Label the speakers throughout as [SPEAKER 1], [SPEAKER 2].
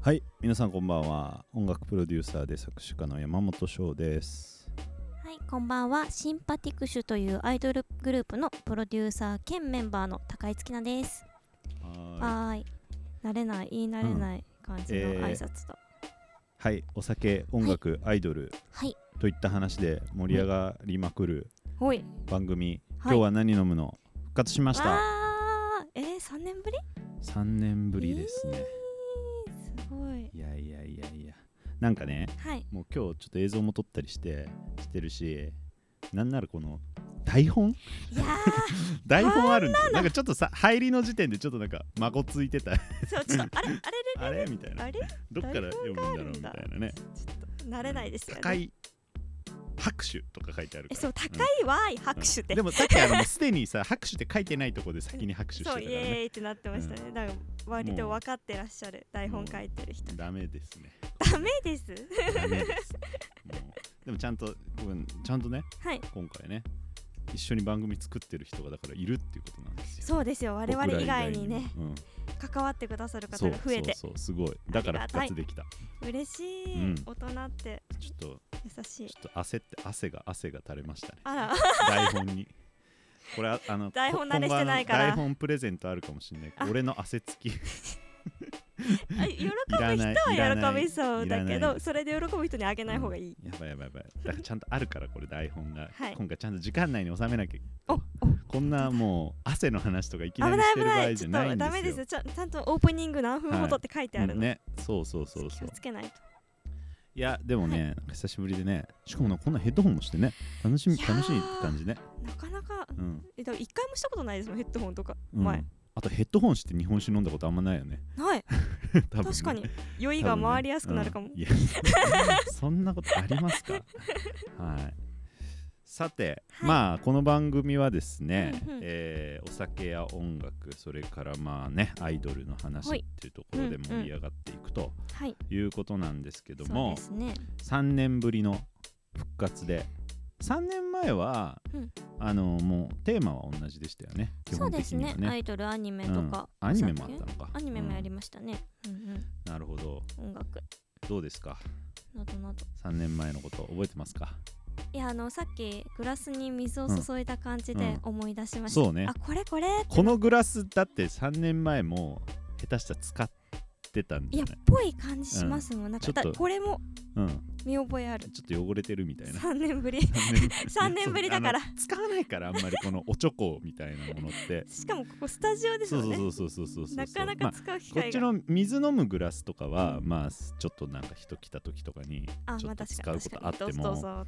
[SPEAKER 1] はい皆さんこんばんは音楽プロデューサーで作詞家の山本翔です
[SPEAKER 2] はい、こんばんは。シンパティクシュというアイドルグループのプロデューサー兼メンバーの高井月菜です。
[SPEAKER 1] は
[SPEAKER 2] はーい。慣れない、言い慣れない感じの
[SPEAKER 1] えー
[SPEAKER 2] 挨拶と。
[SPEAKER 1] いはいお酒音楽、アイドル
[SPEAKER 2] はい。
[SPEAKER 1] といった話で盛り上がりまくる
[SPEAKER 2] ほい。
[SPEAKER 1] 番組、
[SPEAKER 2] は
[SPEAKER 1] 今
[SPEAKER 2] い
[SPEAKER 1] 日は何飲むの復活しました
[SPEAKER 2] あー、えー、3年ぶり
[SPEAKER 1] 3年ぶりですね、。
[SPEAKER 2] えーすごい。
[SPEAKER 1] いやいやいやいやなんかね
[SPEAKER 2] はい。
[SPEAKER 1] もう今日ちょっと映像も撮ったりしてしてるしなんならこの台本
[SPEAKER 2] いや
[SPEAKER 1] 台本あるんですよなんかちょっとさ入りの時点でちょっとなんかまこつい てた
[SPEAKER 2] ー、そう、ちょっと、あれ、あれ
[SPEAKER 1] あれみたいな
[SPEAKER 2] あれ
[SPEAKER 1] どっから読むんだろうみたいなね
[SPEAKER 2] ちょっと、慣れないですよね。
[SPEAKER 1] 高。い拍手とか書いてあるか
[SPEAKER 2] え、
[SPEAKER 1] ら
[SPEAKER 2] そう、高いわーい、拍手って。
[SPEAKER 1] でもさっきあのもうすでにさ拍手って書いてないとこで先に拍手してた
[SPEAKER 2] そ
[SPEAKER 1] か
[SPEAKER 2] う、
[SPEAKER 1] ら
[SPEAKER 2] イエ
[SPEAKER 1] ね
[SPEAKER 2] ーイってなってましたね。だから、割と分かってらっしゃる、台本書いてる人。
[SPEAKER 1] ダメですね
[SPEAKER 2] ダメです。
[SPEAKER 1] ダメですもうでもちゃんとうんちゃんとね
[SPEAKER 2] はい。
[SPEAKER 1] 今回ね一緒に番組作ってる人がだからいるっていうことなんですよ
[SPEAKER 2] そうですよ我々以外にね
[SPEAKER 1] 僕ら以外にもうん
[SPEAKER 2] 関わってくださる
[SPEAKER 1] そ
[SPEAKER 2] 方
[SPEAKER 1] う
[SPEAKER 2] が増えて
[SPEAKER 1] そうそうすごいだから
[SPEAKER 2] あ
[SPEAKER 1] 復
[SPEAKER 2] りがたい
[SPEAKER 1] 活できた
[SPEAKER 2] 嬉しい、
[SPEAKER 1] うん
[SPEAKER 2] 大人って
[SPEAKER 1] ちょっと
[SPEAKER 2] 優しい
[SPEAKER 1] ちょっと焦って汗が汗が垂れましたね
[SPEAKER 2] あ ら
[SPEAKER 1] 台本にこれああの
[SPEAKER 2] 台本
[SPEAKER 1] こ
[SPEAKER 2] 慣れしてないから
[SPEAKER 1] 今後あの台本プレゼントあるかもしれないけど
[SPEAKER 2] あ
[SPEAKER 1] 俺の汗つきい
[SPEAKER 2] あ喜ぶ
[SPEAKER 1] ら
[SPEAKER 2] 人
[SPEAKER 1] ないいら
[SPEAKER 2] は
[SPEAKER 1] な
[SPEAKER 2] 喜び
[SPEAKER 1] い
[SPEAKER 2] そうだ
[SPEAKER 1] い
[SPEAKER 2] け
[SPEAKER 1] らない
[SPEAKER 2] どそれで喜ぶ人にあげない方がいい、
[SPEAKER 1] やばいやばいやばいだからちゃんとあるからこれ台本が、
[SPEAKER 2] はい
[SPEAKER 1] 今回ちゃんと時間内に収めなきゃ
[SPEAKER 2] おお
[SPEAKER 1] こんなもう汗の話とかいき
[SPEAKER 2] 危
[SPEAKER 1] なり
[SPEAKER 2] な
[SPEAKER 1] して
[SPEAKER 2] い危
[SPEAKER 1] る場
[SPEAKER 2] な
[SPEAKER 1] 合
[SPEAKER 2] いち
[SPEAKER 1] じ
[SPEAKER 2] ょ
[SPEAKER 1] ゃ
[SPEAKER 2] っ
[SPEAKER 1] ない
[SPEAKER 2] と
[SPEAKER 1] んですよ
[SPEAKER 2] ダメですちゃんちゃんとオープニング何分ほどって書いてある
[SPEAKER 1] うん
[SPEAKER 2] の、
[SPEAKER 1] ねそうそうそう
[SPEAKER 2] 気
[SPEAKER 1] そ
[SPEAKER 2] を
[SPEAKER 1] う
[SPEAKER 2] つけないと
[SPEAKER 1] いやでもね、
[SPEAKER 2] は
[SPEAKER 1] なんか久しぶりでねしかもなこんなヘッドホンもしてね楽しみ
[SPEAKER 2] いやー
[SPEAKER 1] 楽しい感じね
[SPEAKER 2] なかなか
[SPEAKER 1] うん、
[SPEAKER 2] えだから一回もしたことないですもんヘッドホンとか、
[SPEAKER 1] うん
[SPEAKER 2] 前
[SPEAKER 1] あとヘッドホンして日本酒飲んだことあんまないよね
[SPEAKER 2] ない
[SPEAKER 1] 多分ね
[SPEAKER 2] 確かに酔いが回りやすくなるかも、
[SPEAKER 1] 多分ねうんいやそんな ことあり ますかはいさて、
[SPEAKER 2] はい
[SPEAKER 1] まあこの番組はですね、
[SPEAKER 2] うんうん
[SPEAKER 1] えーお酒や音楽それからまあねアイドルの話っ
[SPEAKER 2] はい
[SPEAKER 1] ていうところで
[SPEAKER 2] うんうん
[SPEAKER 1] 盛り上がっていくと
[SPEAKER 2] はい
[SPEAKER 1] いうことなんですけど
[SPEAKER 2] そう
[SPEAKER 1] も、
[SPEAKER 2] ですね
[SPEAKER 1] 3年ぶりの復活で3年前は、
[SPEAKER 2] うん
[SPEAKER 1] あのもうテーマは同じでしたよね基
[SPEAKER 2] そう
[SPEAKER 1] 本
[SPEAKER 2] で
[SPEAKER 1] 的
[SPEAKER 2] す
[SPEAKER 1] には
[SPEAKER 2] ね
[SPEAKER 1] ね
[SPEAKER 2] アイドルアニメとか、
[SPEAKER 1] うん、アニメもあったのか
[SPEAKER 2] アニメもやり
[SPEAKER 1] ま
[SPEAKER 2] ましたね、うん
[SPEAKER 1] す、なるほど
[SPEAKER 2] うん、音楽
[SPEAKER 1] どうですか
[SPEAKER 2] などなど
[SPEAKER 1] 3年前のこと覚えてますか
[SPEAKER 2] いやあのさっきグラスに水を注いだ感じで思い出しました、
[SPEAKER 1] そうね
[SPEAKER 2] あこれこれって
[SPEAKER 1] このグラスだって3年前も下手したら使ってたん
[SPEAKER 2] い
[SPEAKER 1] じゃ
[SPEAKER 2] や
[SPEAKER 1] ない
[SPEAKER 2] ぽい感じしますもん、なん
[SPEAKER 1] ちょ
[SPEAKER 2] か
[SPEAKER 1] っと
[SPEAKER 2] だこれも
[SPEAKER 1] うん
[SPEAKER 2] 見覚えある
[SPEAKER 1] ちょっと汚れてるみたいな
[SPEAKER 2] 3年ぶり
[SPEAKER 1] 3
[SPEAKER 2] 三年ぶりだから
[SPEAKER 1] 使わないからあんまりこのおちょこみたいなものって
[SPEAKER 2] しかもここスタジオです
[SPEAKER 1] そう
[SPEAKER 2] よ
[SPEAKER 1] そ
[SPEAKER 2] ね
[SPEAKER 1] うそうそうそうそう
[SPEAKER 2] なかな
[SPEAKER 1] ま
[SPEAKER 2] か
[SPEAKER 1] あ
[SPEAKER 2] 使う機
[SPEAKER 1] こっ
[SPEAKER 2] 会
[SPEAKER 1] ち
[SPEAKER 2] が、
[SPEAKER 1] の水飲むグラスとかは、まあちょっとなんか人来た時とかに
[SPEAKER 2] あ
[SPEAKER 1] ちょ
[SPEAKER 2] ま
[SPEAKER 1] っ
[SPEAKER 2] あ
[SPEAKER 1] と
[SPEAKER 2] 確
[SPEAKER 1] 使
[SPEAKER 2] か
[SPEAKER 1] う
[SPEAKER 2] に
[SPEAKER 1] こ
[SPEAKER 2] 確
[SPEAKER 1] とあ
[SPEAKER 2] か
[SPEAKER 1] っ
[SPEAKER 2] にど
[SPEAKER 1] て
[SPEAKER 2] うぞどう
[SPEAKER 1] も
[SPEAKER 2] ぞ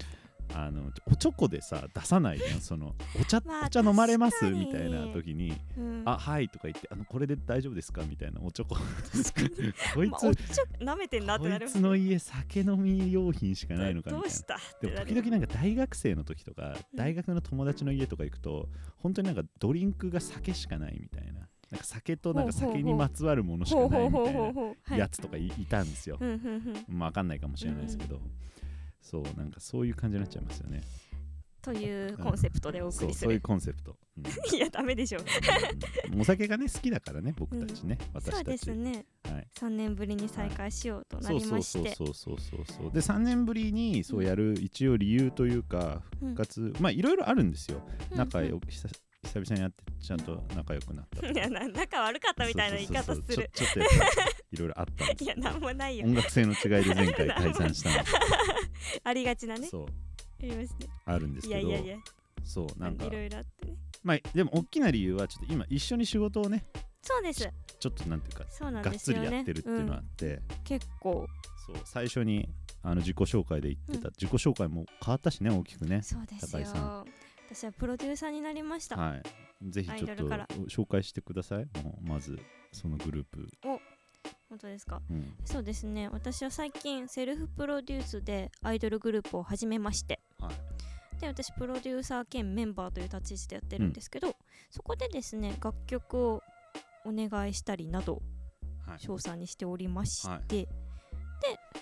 [SPEAKER 1] あのおちょこでさ出さないじゃんそのお茶、
[SPEAKER 2] まあ
[SPEAKER 1] お茶飲まれます
[SPEAKER 2] 確かに
[SPEAKER 1] みたいな時に
[SPEAKER 2] うん
[SPEAKER 1] あはいとか言ってあのこれで大丈夫ですかみたいなおちょこ
[SPEAKER 2] 確 かに
[SPEAKER 1] こい
[SPEAKER 2] まあ、
[SPEAKER 1] つ、
[SPEAKER 2] おっちょ舐めてんなって
[SPEAKER 1] こ
[SPEAKER 2] ないる
[SPEAKER 1] つの家酒飲み用品しかないのかみ
[SPEAKER 2] ど
[SPEAKER 1] た
[SPEAKER 2] う
[SPEAKER 1] い
[SPEAKER 2] したっ
[SPEAKER 1] な
[SPEAKER 2] て
[SPEAKER 1] でも
[SPEAKER 2] な
[SPEAKER 1] 時
[SPEAKER 2] る
[SPEAKER 1] 々なんか大学生の時とか
[SPEAKER 2] うん
[SPEAKER 1] 大学の友達の家とか行くと本当になんかドリンクが酒しかないみたいななんか酒となんか
[SPEAKER 2] ほうほうほう
[SPEAKER 1] 酒にまつわるものしか
[SPEAKER 2] ほう
[SPEAKER 1] な
[SPEAKER 2] ほ
[SPEAKER 1] いうみ
[SPEAKER 2] ほう
[SPEAKER 1] たい
[SPEAKER 2] ほう
[SPEAKER 1] な
[SPEAKER 2] ほうはい
[SPEAKER 1] やつとかいいたんですよ
[SPEAKER 2] うんうんうん
[SPEAKER 1] まあわかんないかもしれないですけどそうなんかそういう感じになっちゃいますよね
[SPEAKER 2] というコンセプトでお送
[SPEAKER 1] そう
[SPEAKER 2] りす
[SPEAKER 1] そうい
[SPEAKER 2] る
[SPEAKER 1] うコンセプトうん
[SPEAKER 2] いやダメでしょ
[SPEAKER 1] うんお酒がね好きだからね僕たちね
[SPEAKER 2] そ
[SPEAKER 1] 私
[SPEAKER 2] う
[SPEAKER 1] た
[SPEAKER 2] で
[SPEAKER 1] ち
[SPEAKER 2] すね
[SPEAKER 1] はい
[SPEAKER 2] 3年ぶりに再開しようとな
[SPEAKER 1] そう
[SPEAKER 2] り
[SPEAKER 1] そ
[SPEAKER 2] ま
[SPEAKER 1] う
[SPEAKER 2] して、
[SPEAKER 1] そうそうそうそうそうで3年ぶりにそうやる一応理由というか
[SPEAKER 2] うん
[SPEAKER 1] 復活、まあいろいろあるんですよ
[SPEAKER 2] うん
[SPEAKER 1] 仲良く久久々に会ってちゃんと仲良くなった
[SPEAKER 2] いやな仲悪かったみたいな言い方
[SPEAKER 1] そ
[SPEAKER 2] す
[SPEAKER 1] うそう
[SPEAKER 2] る
[SPEAKER 1] そうちょちょっとやっぱりいろいろあったんです
[SPEAKER 2] いやなんもないよ
[SPEAKER 1] 音楽性の違いで 前回
[SPEAKER 2] なんも
[SPEAKER 1] 解散したんです
[SPEAKER 2] ありがちなね
[SPEAKER 1] そう
[SPEAKER 2] ありますね
[SPEAKER 1] あるんです
[SPEAKER 2] い
[SPEAKER 1] け
[SPEAKER 2] や
[SPEAKER 1] ど
[SPEAKER 2] いやいや
[SPEAKER 1] そうなんか
[SPEAKER 2] いろいろあってね
[SPEAKER 1] まあでも大きな理由はちょっと今一緒に仕事をね
[SPEAKER 2] そうです
[SPEAKER 1] ちょっとなんていうか
[SPEAKER 2] そうなん
[SPEAKER 1] が
[SPEAKER 2] で
[SPEAKER 1] っつ
[SPEAKER 2] すよ
[SPEAKER 1] り
[SPEAKER 2] ね
[SPEAKER 1] やってるっていうのがあって、
[SPEAKER 2] うん結構
[SPEAKER 1] そう最初にあの自己紹介で言ってた、自己紹介も変わったしね大きくね
[SPEAKER 2] そうです
[SPEAKER 1] 高井
[SPEAKER 2] よ
[SPEAKER 1] さん
[SPEAKER 2] 私はプロデューサーになりました、
[SPEAKER 1] はい、ぜひ
[SPEAKER 2] ア
[SPEAKER 1] ち
[SPEAKER 2] イ
[SPEAKER 1] ょ
[SPEAKER 2] ド
[SPEAKER 1] っと
[SPEAKER 2] ルから
[SPEAKER 1] 紹介してくださいもうまずそのグループ、
[SPEAKER 2] 本当ですか
[SPEAKER 1] うん、
[SPEAKER 2] そうですね私は最近セルフプロデュースでアイドルグループを始めまして
[SPEAKER 1] はい
[SPEAKER 2] で私プロデューサー兼メンバーという立ち位置でやってるんですけど、そこでですね楽曲をお願いしたりなど
[SPEAKER 1] はい
[SPEAKER 2] 賞賛にしておりまして、で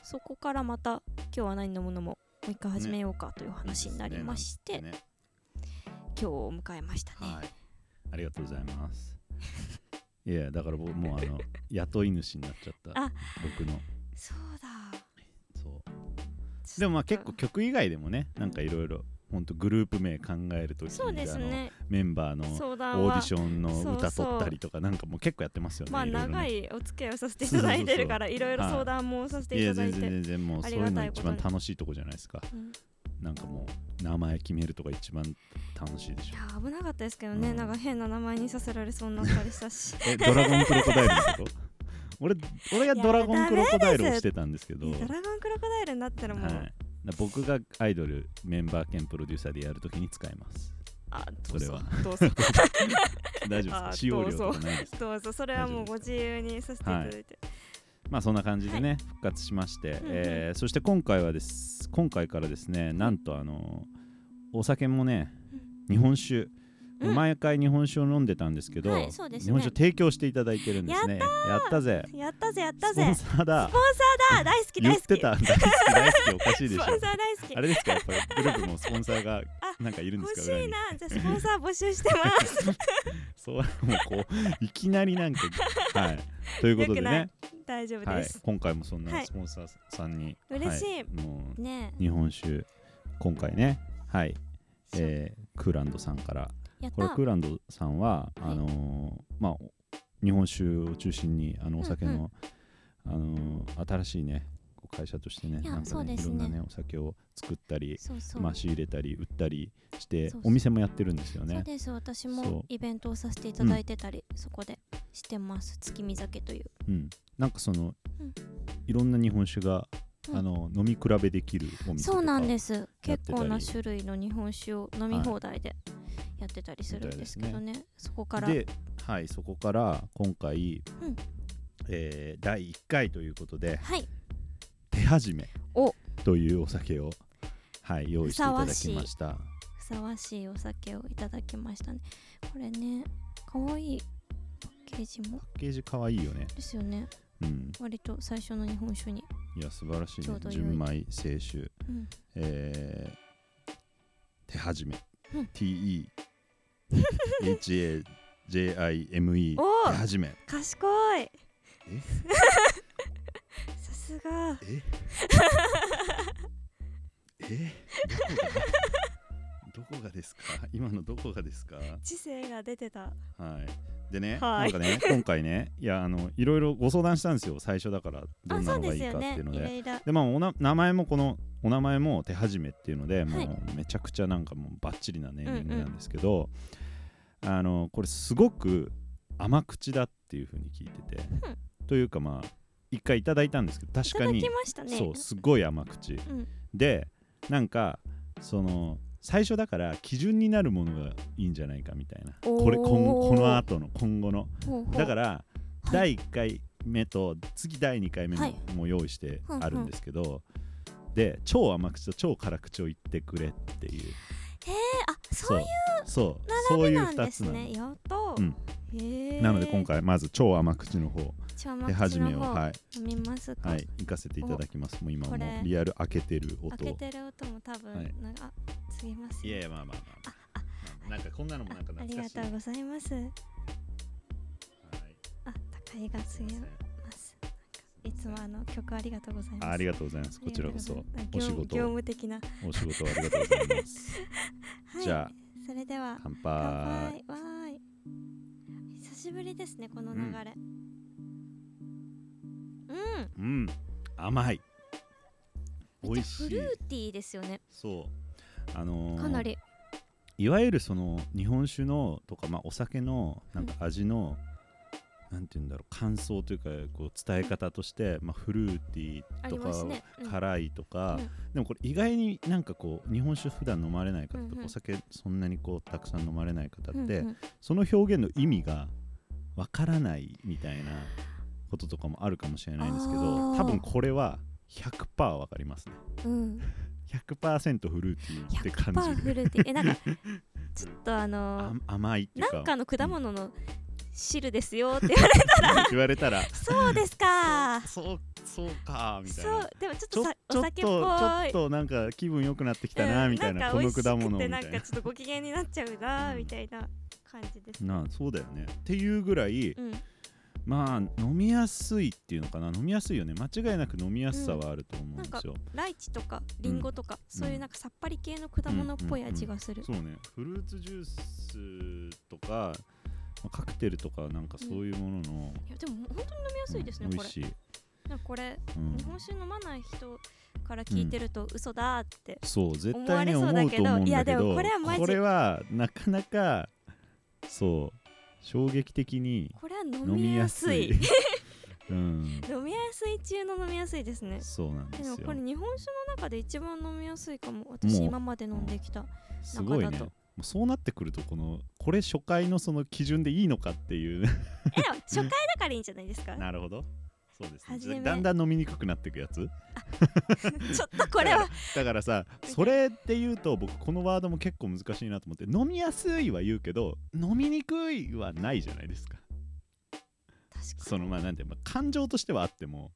[SPEAKER 2] そこからまた今日は何のものももう一回始めようかという話になりまして、
[SPEAKER 1] ねね
[SPEAKER 2] 今日を迎えましたね、
[SPEAKER 1] はいありがとうございます いやだから僕もうあの雇い主になっちゃった
[SPEAKER 2] あ
[SPEAKER 1] 僕の
[SPEAKER 2] そうだ
[SPEAKER 1] そうでもまあ結構曲以外でもねなんかいろいろほんとグループ名考えるとき
[SPEAKER 2] そうですね
[SPEAKER 1] メンバーの
[SPEAKER 2] 相談は
[SPEAKER 1] オーディションの歌
[SPEAKER 2] そうそう
[SPEAKER 1] 取ったりとかなんかもう結構やってますよね
[SPEAKER 2] まあ
[SPEAKER 1] いろいろね
[SPEAKER 2] 長いお付き合いをさせていただいてるからいろいろ相談もさせて
[SPEAKER 1] い
[SPEAKER 2] い
[SPEAKER 1] や
[SPEAKER 2] た
[SPEAKER 1] 全
[SPEAKER 2] だいて
[SPEAKER 1] 然全然もう
[SPEAKER 2] あ
[SPEAKER 1] そう
[SPEAKER 2] り
[SPEAKER 1] い
[SPEAKER 2] がたい
[SPEAKER 1] の
[SPEAKER 2] う
[SPEAKER 1] 一番
[SPEAKER 2] こと
[SPEAKER 1] 楽しいとこじゃないですか
[SPEAKER 2] うん
[SPEAKER 1] なんかもう名前決めるとか一番楽しいでし
[SPEAKER 2] い
[SPEAKER 1] ょ
[SPEAKER 2] や危なかったですけどね、
[SPEAKER 1] うん
[SPEAKER 2] なんか変な名前にさせられそうになったりしたし
[SPEAKER 1] えドラゴンクロコダイルのこと 俺俺がドラゴンクロコダイルをしてたんですけど
[SPEAKER 2] いやドラゴンクロコダイルになったらもう、
[SPEAKER 1] はい、僕がアイドルメンバー兼プロデューサーでやるときに使い ます。
[SPEAKER 2] あど
[SPEAKER 1] そうれ
[SPEAKER 2] ぞ
[SPEAKER 1] は
[SPEAKER 2] どうぞ
[SPEAKER 1] 大丈夫です
[SPEAKER 2] あ
[SPEAKER 1] か
[SPEAKER 2] ー
[SPEAKER 1] 使用料とかないです。
[SPEAKER 2] どうぞそれはもうご自由にさせていただいて、
[SPEAKER 1] まあそんな感じでね、復活しまして、
[SPEAKER 2] ん
[SPEAKER 1] えーそして今回はです、今回からですね、なんとあのお酒もね、日本酒、
[SPEAKER 2] うん
[SPEAKER 1] 毎回日本酒を飲んでたんですけど、
[SPEAKER 2] はいそうですね
[SPEAKER 1] 日本酒を提供していただいてるんですね。やったぜ
[SPEAKER 2] やったぜやった
[SPEAKER 1] スポ
[SPEAKER 2] ぜ
[SPEAKER 1] ン
[SPEAKER 2] ス
[SPEAKER 1] サーだ
[SPEAKER 2] ポンサーだ大好き
[SPEAKER 1] 言
[SPEAKER 2] 大
[SPEAKER 1] っ
[SPEAKER 2] 好き
[SPEAKER 1] てた、大好き大好き、おかしいで
[SPEAKER 2] ス
[SPEAKER 1] しょ
[SPEAKER 2] ポ。ンサー大好き
[SPEAKER 1] あれですか、やっぱりグループもスポンサーがなんかいるんです
[SPEAKER 2] 欲
[SPEAKER 1] か
[SPEAKER 2] し
[SPEAKER 1] 裏
[SPEAKER 2] い
[SPEAKER 1] に
[SPEAKER 2] なじゃあスポンサー募集してます
[SPEAKER 1] そうもうこういきなり なんかはいということで
[SPEAKER 2] よ
[SPEAKER 1] ね、
[SPEAKER 2] 大丈夫
[SPEAKER 1] は
[SPEAKER 2] で
[SPEAKER 1] い
[SPEAKER 2] す、、
[SPEAKER 1] 今回もそん
[SPEAKER 2] は
[SPEAKER 1] ないスポンサーさんに、は
[SPEAKER 2] 嬉しい
[SPEAKER 1] もう
[SPEAKER 2] ね
[SPEAKER 1] 日本酒今回ねはい、
[SPEAKER 2] そう
[SPEAKER 1] えー、クーランドさんから
[SPEAKER 2] やっ
[SPEAKER 1] これ
[SPEAKER 2] た
[SPEAKER 1] クーランドさんは、
[SPEAKER 2] はい
[SPEAKER 1] あのーまあお日本酒を中心にあのお酒の、あのー新しいねこう会社としてね
[SPEAKER 2] いや
[SPEAKER 1] なん
[SPEAKER 2] そ
[SPEAKER 1] か
[SPEAKER 2] う
[SPEAKER 1] ね
[SPEAKER 2] で
[SPEAKER 1] い
[SPEAKER 2] す
[SPEAKER 1] ろ
[SPEAKER 2] ね
[SPEAKER 1] んなねお酒を作ったり
[SPEAKER 2] そうそう、
[SPEAKER 1] まあ仕入れたり売ったりして
[SPEAKER 2] そうそ
[SPEAKER 1] お
[SPEAKER 2] う
[SPEAKER 1] 店もやってるんですよ
[SPEAKER 2] そう
[SPEAKER 1] ね
[SPEAKER 2] です私
[SPEAKER 1] そう
[SPEAKER 2] もイベントをさせていただいてたりそ,、こでしてます月見酒という
[SPEAKER 1] うん、なんかその、
[SPEAKER 2] うん
[SPEAKER 1] いろんな日本酒が、
[SPEAKER 2] うん
[SPEAKER 1] あの飲み比べできるお店とか
[SPEAKER 2] そうなんですす
[SPEAKER 1] やって
[SPEAKER 2] 結
[SPEAKER 1] たり
[SPEAKER 2] 構な種類の日本酒を飲み放題でやってたりするんですけどね,、そこから
[SPEAKER 1] で、はい、そこから今回、
[SPEAKER 2] うん
[SPEAKER 1] えー第1回ということで
[SPEAKER 2] はい
[SPEAKER 1] 手始め
[SPEAKER 2] お
[SPEAKER 1] というお酒を、はい、用意していただきました
[SPEAKER 2] ふさわしいお酒をいただきましたねこれねかわいいパッケージも
[SPEAKER 1] パッケージかわいいよね、
[SPEAKER 2] ですよね
[SPEAKER 1] うん、
[SPEAKER 2] 割と最初の日本酒に、
[SPEAKER 1] いや素晴らしい
[SPEAKER 2] ちょ
[SPEAKER 1] ね
[SPEAKER 2] うど良い
[SPEAKER 1] 純米清酒、
[SPEAKER 2] うん、
[SPEAKER 1] えー手始め、
[SPEAKER 2] うん
[SPEAKER 1] TEHAJIME
[SPEAKER 2] おー
[SPEAKER 1] 手始め
[SPEAKER 2] 賢いさすが
[SPEAKER 1] ええどこが どこがですか今のどこがですか
[SPEAKER 2] 知性が出てた
[SPEAKER 1] はいでね、
[SPEAKER 2] は
[SPEAKER 1] なん
[SPEAKER 2] い
[SPEAKER 1] かね今回ねいやあのいろいろご相談したんですよ最初だからど
[SPEAKER 2] あ
[SPEAKER 1] ん
[SPEAKER 2] そ
[SPEAKER 1] な
[SPEAKER 2] う
[SPEAKER 1] のが
[SPEAKER 2] で
[SPEAKER 1] いい
[SPEAKER 2] す
[SPEAKER 1] かっ
[SPEAKER 2] よ
[SPEAKER 1] てい
[SPEAKER 2] ね
[SPEAKER 1] うの
[SPEAKER 2] い
[SPEAKER 1] で
[SPEAKER 2] ろいろ
[SPEAKER 1] でまあおな名前もこのお名前も手始めっていうのでも
[SPEAKER 2] はいう
[SPEAKER 1] めちゃくちゃなんかもうバッチリなネーミング
[SPEAKER 2] うんうん
[SPEAKER 1] なんですけど、あのこれすごく甘口だっていうふうに聞いてて、というかまあ一回いただいたんですけど
[SPEAKER 2] い
[SPEAKER 1] 確
[SPEAKER 2] た
[SPEAKER 1] か
[SPEAKER 2] だ
[SPEAKER 1] に
[SPEAKER 2] きましたね
[SPEAKER 1] そうすごい甘口、
[SPEAKER 2] ん
[SPEAKER 1] でなんかその最初だから基準になるものがいいんじゃないかみたいな
[SPEAKER 2] おー
[SPEAKER 1] これ今後この後の今後の
[SPEAKER 2] ほうほう
[SPEAKER 1] だから
[SPEAKER 2] い
[SPEAKER 1] 第1回目と次第2回目
[SPEAKER 2] はい
[SPEAKER 1] ももう用意してあるんですけど、で超甘口と超辛口を言ってくれっていう
[SPEAKER 2] あそういう
[SPEAKER 1] そうそう
[SPEAKER 2] 並
[SPEAKER 1] い
[SPEAKER 2] び
[SPEAKER 1] う
[SPEAKER 2] なん
[SPEAKER 1] 2
[SPEAKER 2] で
[SPEAKER 1] つ
[SPEAKER 2] す
[SPEAKER 1] なの
[SPEAKER 2] ねやっと、
[SPEAKER 1] うん
[SPEAKER 2] へえ
[SPEAKER 1] なので今回まず超甘口の方
[SPEAKER 2] ちょま
[SPEAKER 1] 手始めを
[SPEAKER 2] は
[SPEAKER 1] はい
[SPEAKER 2] 飲みますか、
[SPEAKER 1] はい行かせていただきますもう今も
[SPEAKER 2] こ
[SPEAKER 1] う
[SPEAKER 2] れ
[SPEAKER 1] リアル開けてる音
[SPEAKER 2] 開
[SPEAKER 1] を
[SPEAKER 2] けてる音も多分、
[SPEAKER 1] はい
[SPEAKER 2] なんかあすぎます
[SPEAKER 1] いやい
[SPEAKER 2] ね
[SPEAKER 1] やまあまあまあまあなんかこんなのもなんか
[SPEAKER 2] ああり
[SPEAKER 1] 懐か
[SPEAKER 2] が
[SPEAKER 1] しい
[SPEAKER 2] とうございます
[SPEAKER 1] はい
[SPEAKER 2] あ高いがすぎますなんかいつもあの曲ありがとうございます
[SPEAKER 1] ああり
[SPEAKER 2] が
[SPEAKER 1] がとうございますこちらこそ
[SPEAKER 2] とうございます
[SPEAKER 1] お仕
[SPEAKER 2] 業業
[SPEAKER 1] 事
[SPEAKER 2] 務的なは
[SPEAKER 1] お仕事ありがとうございます
[SPEAKER 2] い
[SPEAKER 1] じゃあ
[SPEAKER 2] それでは
[SPEAKER 1] 乾
[SPEAKER 2] 乾
[SPEAKER 1] 杯
[SPEAKER 2] 杯わーい久しぶりですねこの流れうん、
[SPEAKER 1] うん甘い美
[SPEAKER 2] めっ
[SPEAKER 1] 味
[SPEAKER 2] ち
[SPEAKER 1] し
[SPEAKER 2] ゃフ
[SPEAKER 1] い
[SPEAKER 2] ルーティーですよね
[SPEAKER 1] そうあのー
[SPEAKER 2] かなり
[SPEAKER 1] いわゆるその日本酒のとか、まあ、お酒のなんか味の、なんて言うんだろう感想というかこう伝え方として、まあ、フルーティ
[SPEAKER 2] あ
[SPEAKER 1] ーと
[SPEAKER 2] ります
[SPEAKER 1] か、
[SPEAKER 2] ねうん
[SPEAKER 1] 辛いとか、
[SPEAKER 2] うん
[SPEAKER 1] でもこれ意外になんかこう日本酒普段飲まれない方とか、
[SPEAKER 2] うんうん
[SPEAKER 1] お酒そんなにこうたくさん飲まれない方って、
[SPEAKER 2] うんうん
[SPEAKER 1] その表現の意味がわからないみたいなこととかもあるかもしれないんですけ
[SPEAKER 2] あ
[SPEAKER 1] ど
[SPEAKER 2] ー
[SPEAKER 1] 多分これは100%わかりますね
[SPEAKER 2] うん、
[SPEAKER 1] 100%フルーティーって感
[SPEAKER 2] パ
[SPEAKER 1] じ
[SPEAKER 2] ー
[SPEAKER 1] る
[SPEAKER 2] フルでえなんかちょっとあの
[SPEAKER 1] あ甘いっていうか
[SPEAKER 2] なんかの果物の汁ですよって言われて
[SPEAKER 1] 言われ たら
[SPEAKER 2] そうですか
[SPEAKER 1] そうそうかみたい
[SPEAKER 2] そ
[SPEAKER 1] な
[SPEAKER 2] うでもちょっ
[SPEAKER 1] ちょ
[SPEAKER 2] と
[SPEAKER 1] ちょ
[SPEAKER 2] さお
[SPEAKER 1] っと
[SPEAKER 2] 酒
[SPEAKER 1] ち
[SPEAKER 2] っぽい
[SPEAKER 1] ょっとなんか気分良くなってきたな
[SPEAKER 2] うん
[SPEAKER 1] みたいな,、
[SPEAKER 2] んか
[SPEAKER 1] こ
[SPEAKER 2] 美
[SPEAKER 1] の
[SPEAKER 2] 味しくて
[SPEAKER 1] 果物みたいな
[SPEAKER 2] なんかちょっとご機嫌になっちゃうなみたいな感じです
[SPEAKER 1] なあそうだよねっていうぐらい
[SPEAKER 2] うん
[SPEAKER 1] まあ飲みやすいっていうのかな飲みやすいよね間違いなく飲みやすさはあると思うんですよ、
[SPEAKER 2] ライチとかリンゴとか、
[SPEAKER 1] うん
[SPEAKER 2] そういうなんかさっぱり系の果物っぽい味がする、
[SPEAKER 1] そうねフルーツジュースとか、まあカクテルとかなんかそういうものの、
[SPEAKER 2] いやでも本当に飲みやすいですね、
[SPEAKER 1] うん美
[SPEAKER 2] こ
[SPEAKER 1] 味
[SPEAKER 2] れ
[SPEAKER 1] しい、
[SPEAKER 2] なんかこれ
[SPEAKER 1] うん
[SPEAKER 2] 日本酒飲まない人から聞いてると嘘だって、
[SPEAKER 1] そう絶対ね
[SPEAKER 2] 思
[SPEAKER 1] 思
[SPEAKER 2] わ
[SPEAKER 1] う
[SPEAKER 2] れそうだ
[SPEAKER 1] と思う
[SPEAKER 2] けど
[SPEAKER 1] ん
[SPEAKER 2] い
[SPEAKER 1] だ
[SPEAKER 2] や
[SPEAKER 1] け
[SPEAKER 2] で
[SPEAKER 1] ど
[SPEAKER 2] もこれはマジ
[SPEAKER 1] これはなかなかそう衝撃的に
[SPEAKER 2] これは飲
[SPEAKER 1] 飲み
[SPEAKER 2] み
[SPEAKER 1] や
[SPEAKER 2] や
[SPEAKER 1] す
[SPEAKER 2] す
[SPEAKER 1] い
[SPEAKER 2] い
[SPEAKER 1] うん
[SPEAKER 2] 飲みやすい中の飲みやすいですね
[SPEAKER 1] そうなんで
[SPEAKER 2] です
[SPEAKER 1] よ
[SPEAKER 2] もこれ日本酒の中で一番飲みやすいかも私今まで飲ん できた
[SPEAKER 1] すごい
[SPEAKER 2] 中
[SPEAKER 1] ね
[SPEAKER 2] だと
[SPEAKER 1] もうそうなってくるとこのこれ初回のその基準でいいのかっていう ね
[SPEAKER 2] えでも初回だからいいんじゃないですか
[SPEAKER 1] なるほどそうですね
[SPEAKER 2] 初
[SPEAKER 1] じゃ
[SPEAKER 2] め
[SPEAKER 1] だんだん飲みにくくなっていくやつ
[SPEAKER 2] ちょっとこれは
[SPEAKER 1] だからさそれって言うと僕このワードも結構難しいなと思って飲みやすいは言うけど飲みにくいはないじゃないですか
[SPEAKER 2] 確か
[SPEAKER 1] そのまあなんていうのまあ感情としてはあっても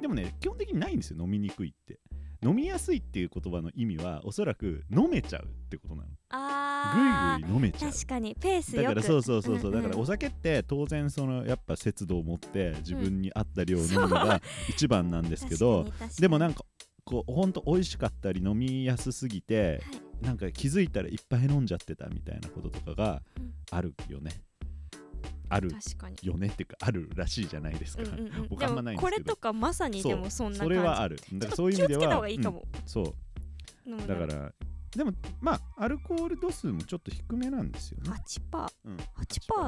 [SPEAKER 1] でもね基本的にないんですよ飲みにくいって飲みやすいっていう言葉の意味はおそらく飲めちゃうってことなの
[SPEAKER 2] ああ
[SPEAKER 1] ぐいぐい飲めちゃう
[SPEAKER 2] 確かにペースよ
[SPEAKER 1] だか
[SPEAKER 2] く
[SPEAKER 1] らそうそうそうそう、
[SPEAKER 2] うんうん
[SPEAKER 1] だからお酒って当然そのやっぱ節度を持って自分に合った量を飲むの
[SPEAKER 2] うんそ
[SPEAKER 1] が一番なんですけど、
[SPEAKER 2] 確かに確かに
[SPEAKER 1] でもなんかこうほんと美味しかったり飲みやすすぎて、
[SPEAKER 2] は
[SPEAKER 1] なんか気づいたらいっぱい飲んじゃってたみたいなこととかが
[SPEAKER 2] うん
[SPEAKER 1] あるよね、ある
[SPEAKER 2] 確かに
[SPEAKER 1] よねっていうかあるらしいじゃないです
[SPEAKER 2] う
[SPEAKER 1] か、
[SPEAKER 2] んうんうん、
[SPEAKER 1] 僕あんまないんです
[SPEAKER 2] こ
[SPEAKER 1] け
[SPEAKER 2] れ
[SPEAKER 1] ど
[SPEAKER 2] とかまさにでもそんな
[SPEAKER 1] そ
[SPEAKER 2] 感じ
[SPEAKER 1] れはあるだからそういう意味で
[SPEAKER 2] ちょっと気をつけた
[SPEAKER 1] は
[SPEAKER 2] 方がいいか
[SPEAKER 1] う
[SPEAKER 2] も、
[SPEAKER 1] んそ
[SPEAKER 2] 飲む
[SPEAKER 1] うだ
[SPEAKER 2] なら
[SPEAKER 1] からでもまあアルコール度数もちょっと低めなんですよね、
[SPEAKER 2] 8パー
[SPEAKER 1] うん、
[SPEAKER 2] 8%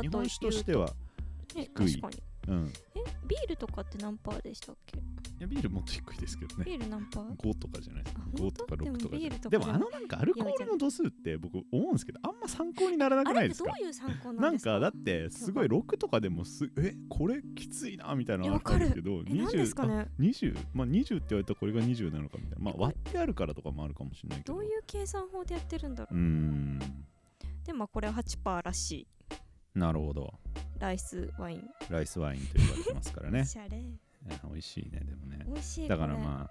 [SPEAKER 1] 日
[SPEAKER 2] と
[SPEAKER 1] 本
[SPEAKER 2] いう
[SPEAKER 1] 酒としては、
[SPEAKER 2] ね
[SPEAKER 1] 低い
[SPEAKER 2] 確かに
[SPEAKER 1] うん、
[SPEAKER 2] えビールとかって何パーでしたっけ
[SPEAKER 1] いやビールもっと低いですけどね
[SPEAKER 2] ビール何パー
[SPEAKER 1] 5とかじゃないですか
[SPEAKER 2] あ本当
[SPEAKER 1] 5とか6とかじゃない
[SPEAKER 2] でもビールとか
[SPEAKER 1] でもあのなんかアルコールの度数って僕思うんですけどあんま参考にならなく
[SPEAKER 2] あ
[SPEAKER 1] ない
[SPEAKER 2] れっ
[SPEAKER 1] で
[SPEAKER 2] て
[SPEAKER 1] す
[SPEAKER 2] ど
[SPEAKER 1] か
[SPEAKER 2] ういう参考な
[SPEAKER 1] なんん
[SPEAKER 2] ですか
[SPEAKER 1] かだってすごい6とかでもすえこれきついなみたいなの
[SPEAKER 2] いや
[SPEAKER 1] ある
[SPEAKER 2] わかる
[SPEAKER 1] けど
[SPEAKER 2] え何ですかね
[SPEAKER 1] あ20まあ20って言われたらこれが20なのかみたいなまあ
[SPEAKER 2] えこれ
[SPEAKER 1] 割ってあるからとかもあるかもしれないけど
[SPEAKER 2] どういう計算法でやってるんだろ
[SPEAKER 1] うーん
[SPEAKER 2] うでもこれは8%らしい
[SPEAKER 1] なるほど
[SPEAKER 2] ライスワイン
[SPEAKER 1] ライスワインと言われてますからね
[SPEAKER 2] シャレ
[SPEAKER 1] え美味しいねでもね
[SPEAKER 2] 美味しい
[SPEAKER 1] だから
[SPEAKER 2] あ
[SPEAKER 1] まあ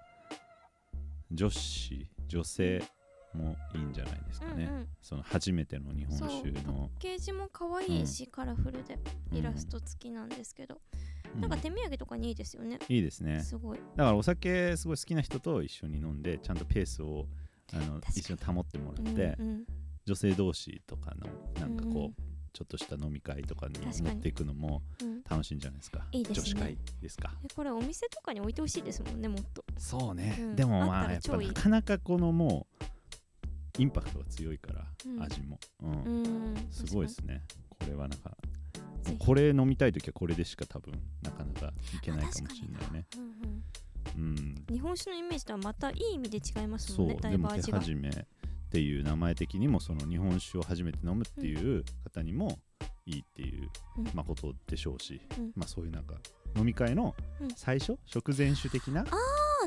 [SPEAKER 1] 女子女性もいいんじゃないですかね、
[SPEAKER 2] うんうん
[SPEAKER 1] その初めての日本
[SPEAKER 2] そう
[SPEAKER 1] 酒
[SPEAKER 2] パッ
[SPEAKER 1] の
[SPEAKER 2] ケージも可愛いし、カラフルでイラスト付きなんですけど、
[SPEAKER 1] うん
[SPEAKER 2] なんか
[SPEAKER 1] う
[SPEAKER 2] 手土産とかにいいですよね、
[SPEAKER 1] んいいですね
[SPEAKER 2] すごい
[SPEAKER 1] だからお酒すごい好きな人と一緒に飲んでちゃんとペースをあの
[SPEAKER 2] 確かに
[SPEAKER 1] 一緒に保ってもらって、
[SPEAKER 2] うんうん
[SPEAKER 1] 女性同士とかのなんかこう、
[SPEAKER 2] うん
[SPEAKER 1] ちょっとした飲み会とかに
[SPEAKER 2] 確かに
[SPEAKER 1] 持っていくのも
[SPEAKER 2] うん
[SPEAKER 1] 楽しいんじゃないですか
[SPEAKER 2] いいですね
[SPEAKER 1] 女子会ですか
[SPEAKER 2] えこれお店とかに置いてほしいですもんねもっと
[SPEAKER 1] そうね、
[SPEAKER 2] うん
[SPEAKER 1] でも
[SPEAKER 2] あっ
[SPEAKER 1] ま
[SPEAKER 2] た
[SPEAKER 1] あ
[SPEAKER 2] ら
[SPEAKER 1] やっぱ
[SPEAKER 2] 超いい
[SPEAKER 1] なかなかこのもうインパクトが強いから、
[SPEAKER 2] うん
[SPEAKER 1] 味も、うん
[SPEAKER 2] うん
[SPEAKER 1] すごいで
[SPEAKER 2] 確
[SPEAKER 1] すね。これはなんか、
[SPEAKER 2] ぜひ
[SPEAKER 1] これ飲みたいときはこれでしか多分なかなかいけ
[SPEAKER 2] か
[SPEAKER 1] な
[SPEAKER 2] に
[SPEAKER 1] いかもしれないね。
[SPEAKER 2] あ確かになうんうん
[SPEAKER 1] うん。
[SPEAKER 2] 日本酒のイメージとはまたいい意味で違います
[SPEAKER 1] そ
[SPEAKER 2] もん
[SPEAKER 1] う、
[SPEAKER 2] ねだ
[SPEAKER 1] で
[SPEAKER 2] いぶ
[SPEAKER 1] も
[SPEAKER 2] 味
[SPEAKER 1] 手
[SPEAKER 2] が
[SPEAKER 1] 始めっていう名前的にもその日本酒を初めて飲むっていう方にもいいっていう、
[SPEAKER 2] うん
[SPEAKER 1] まあ、ことでしょうし、
[SPEAKER 2] うん
[SPEAKER 1] まあそういうなんか飲み会の
[SPEAKER 2] うん
[SPEAKER 1] 最初、食前酒的な
[SPEAKER 2] あ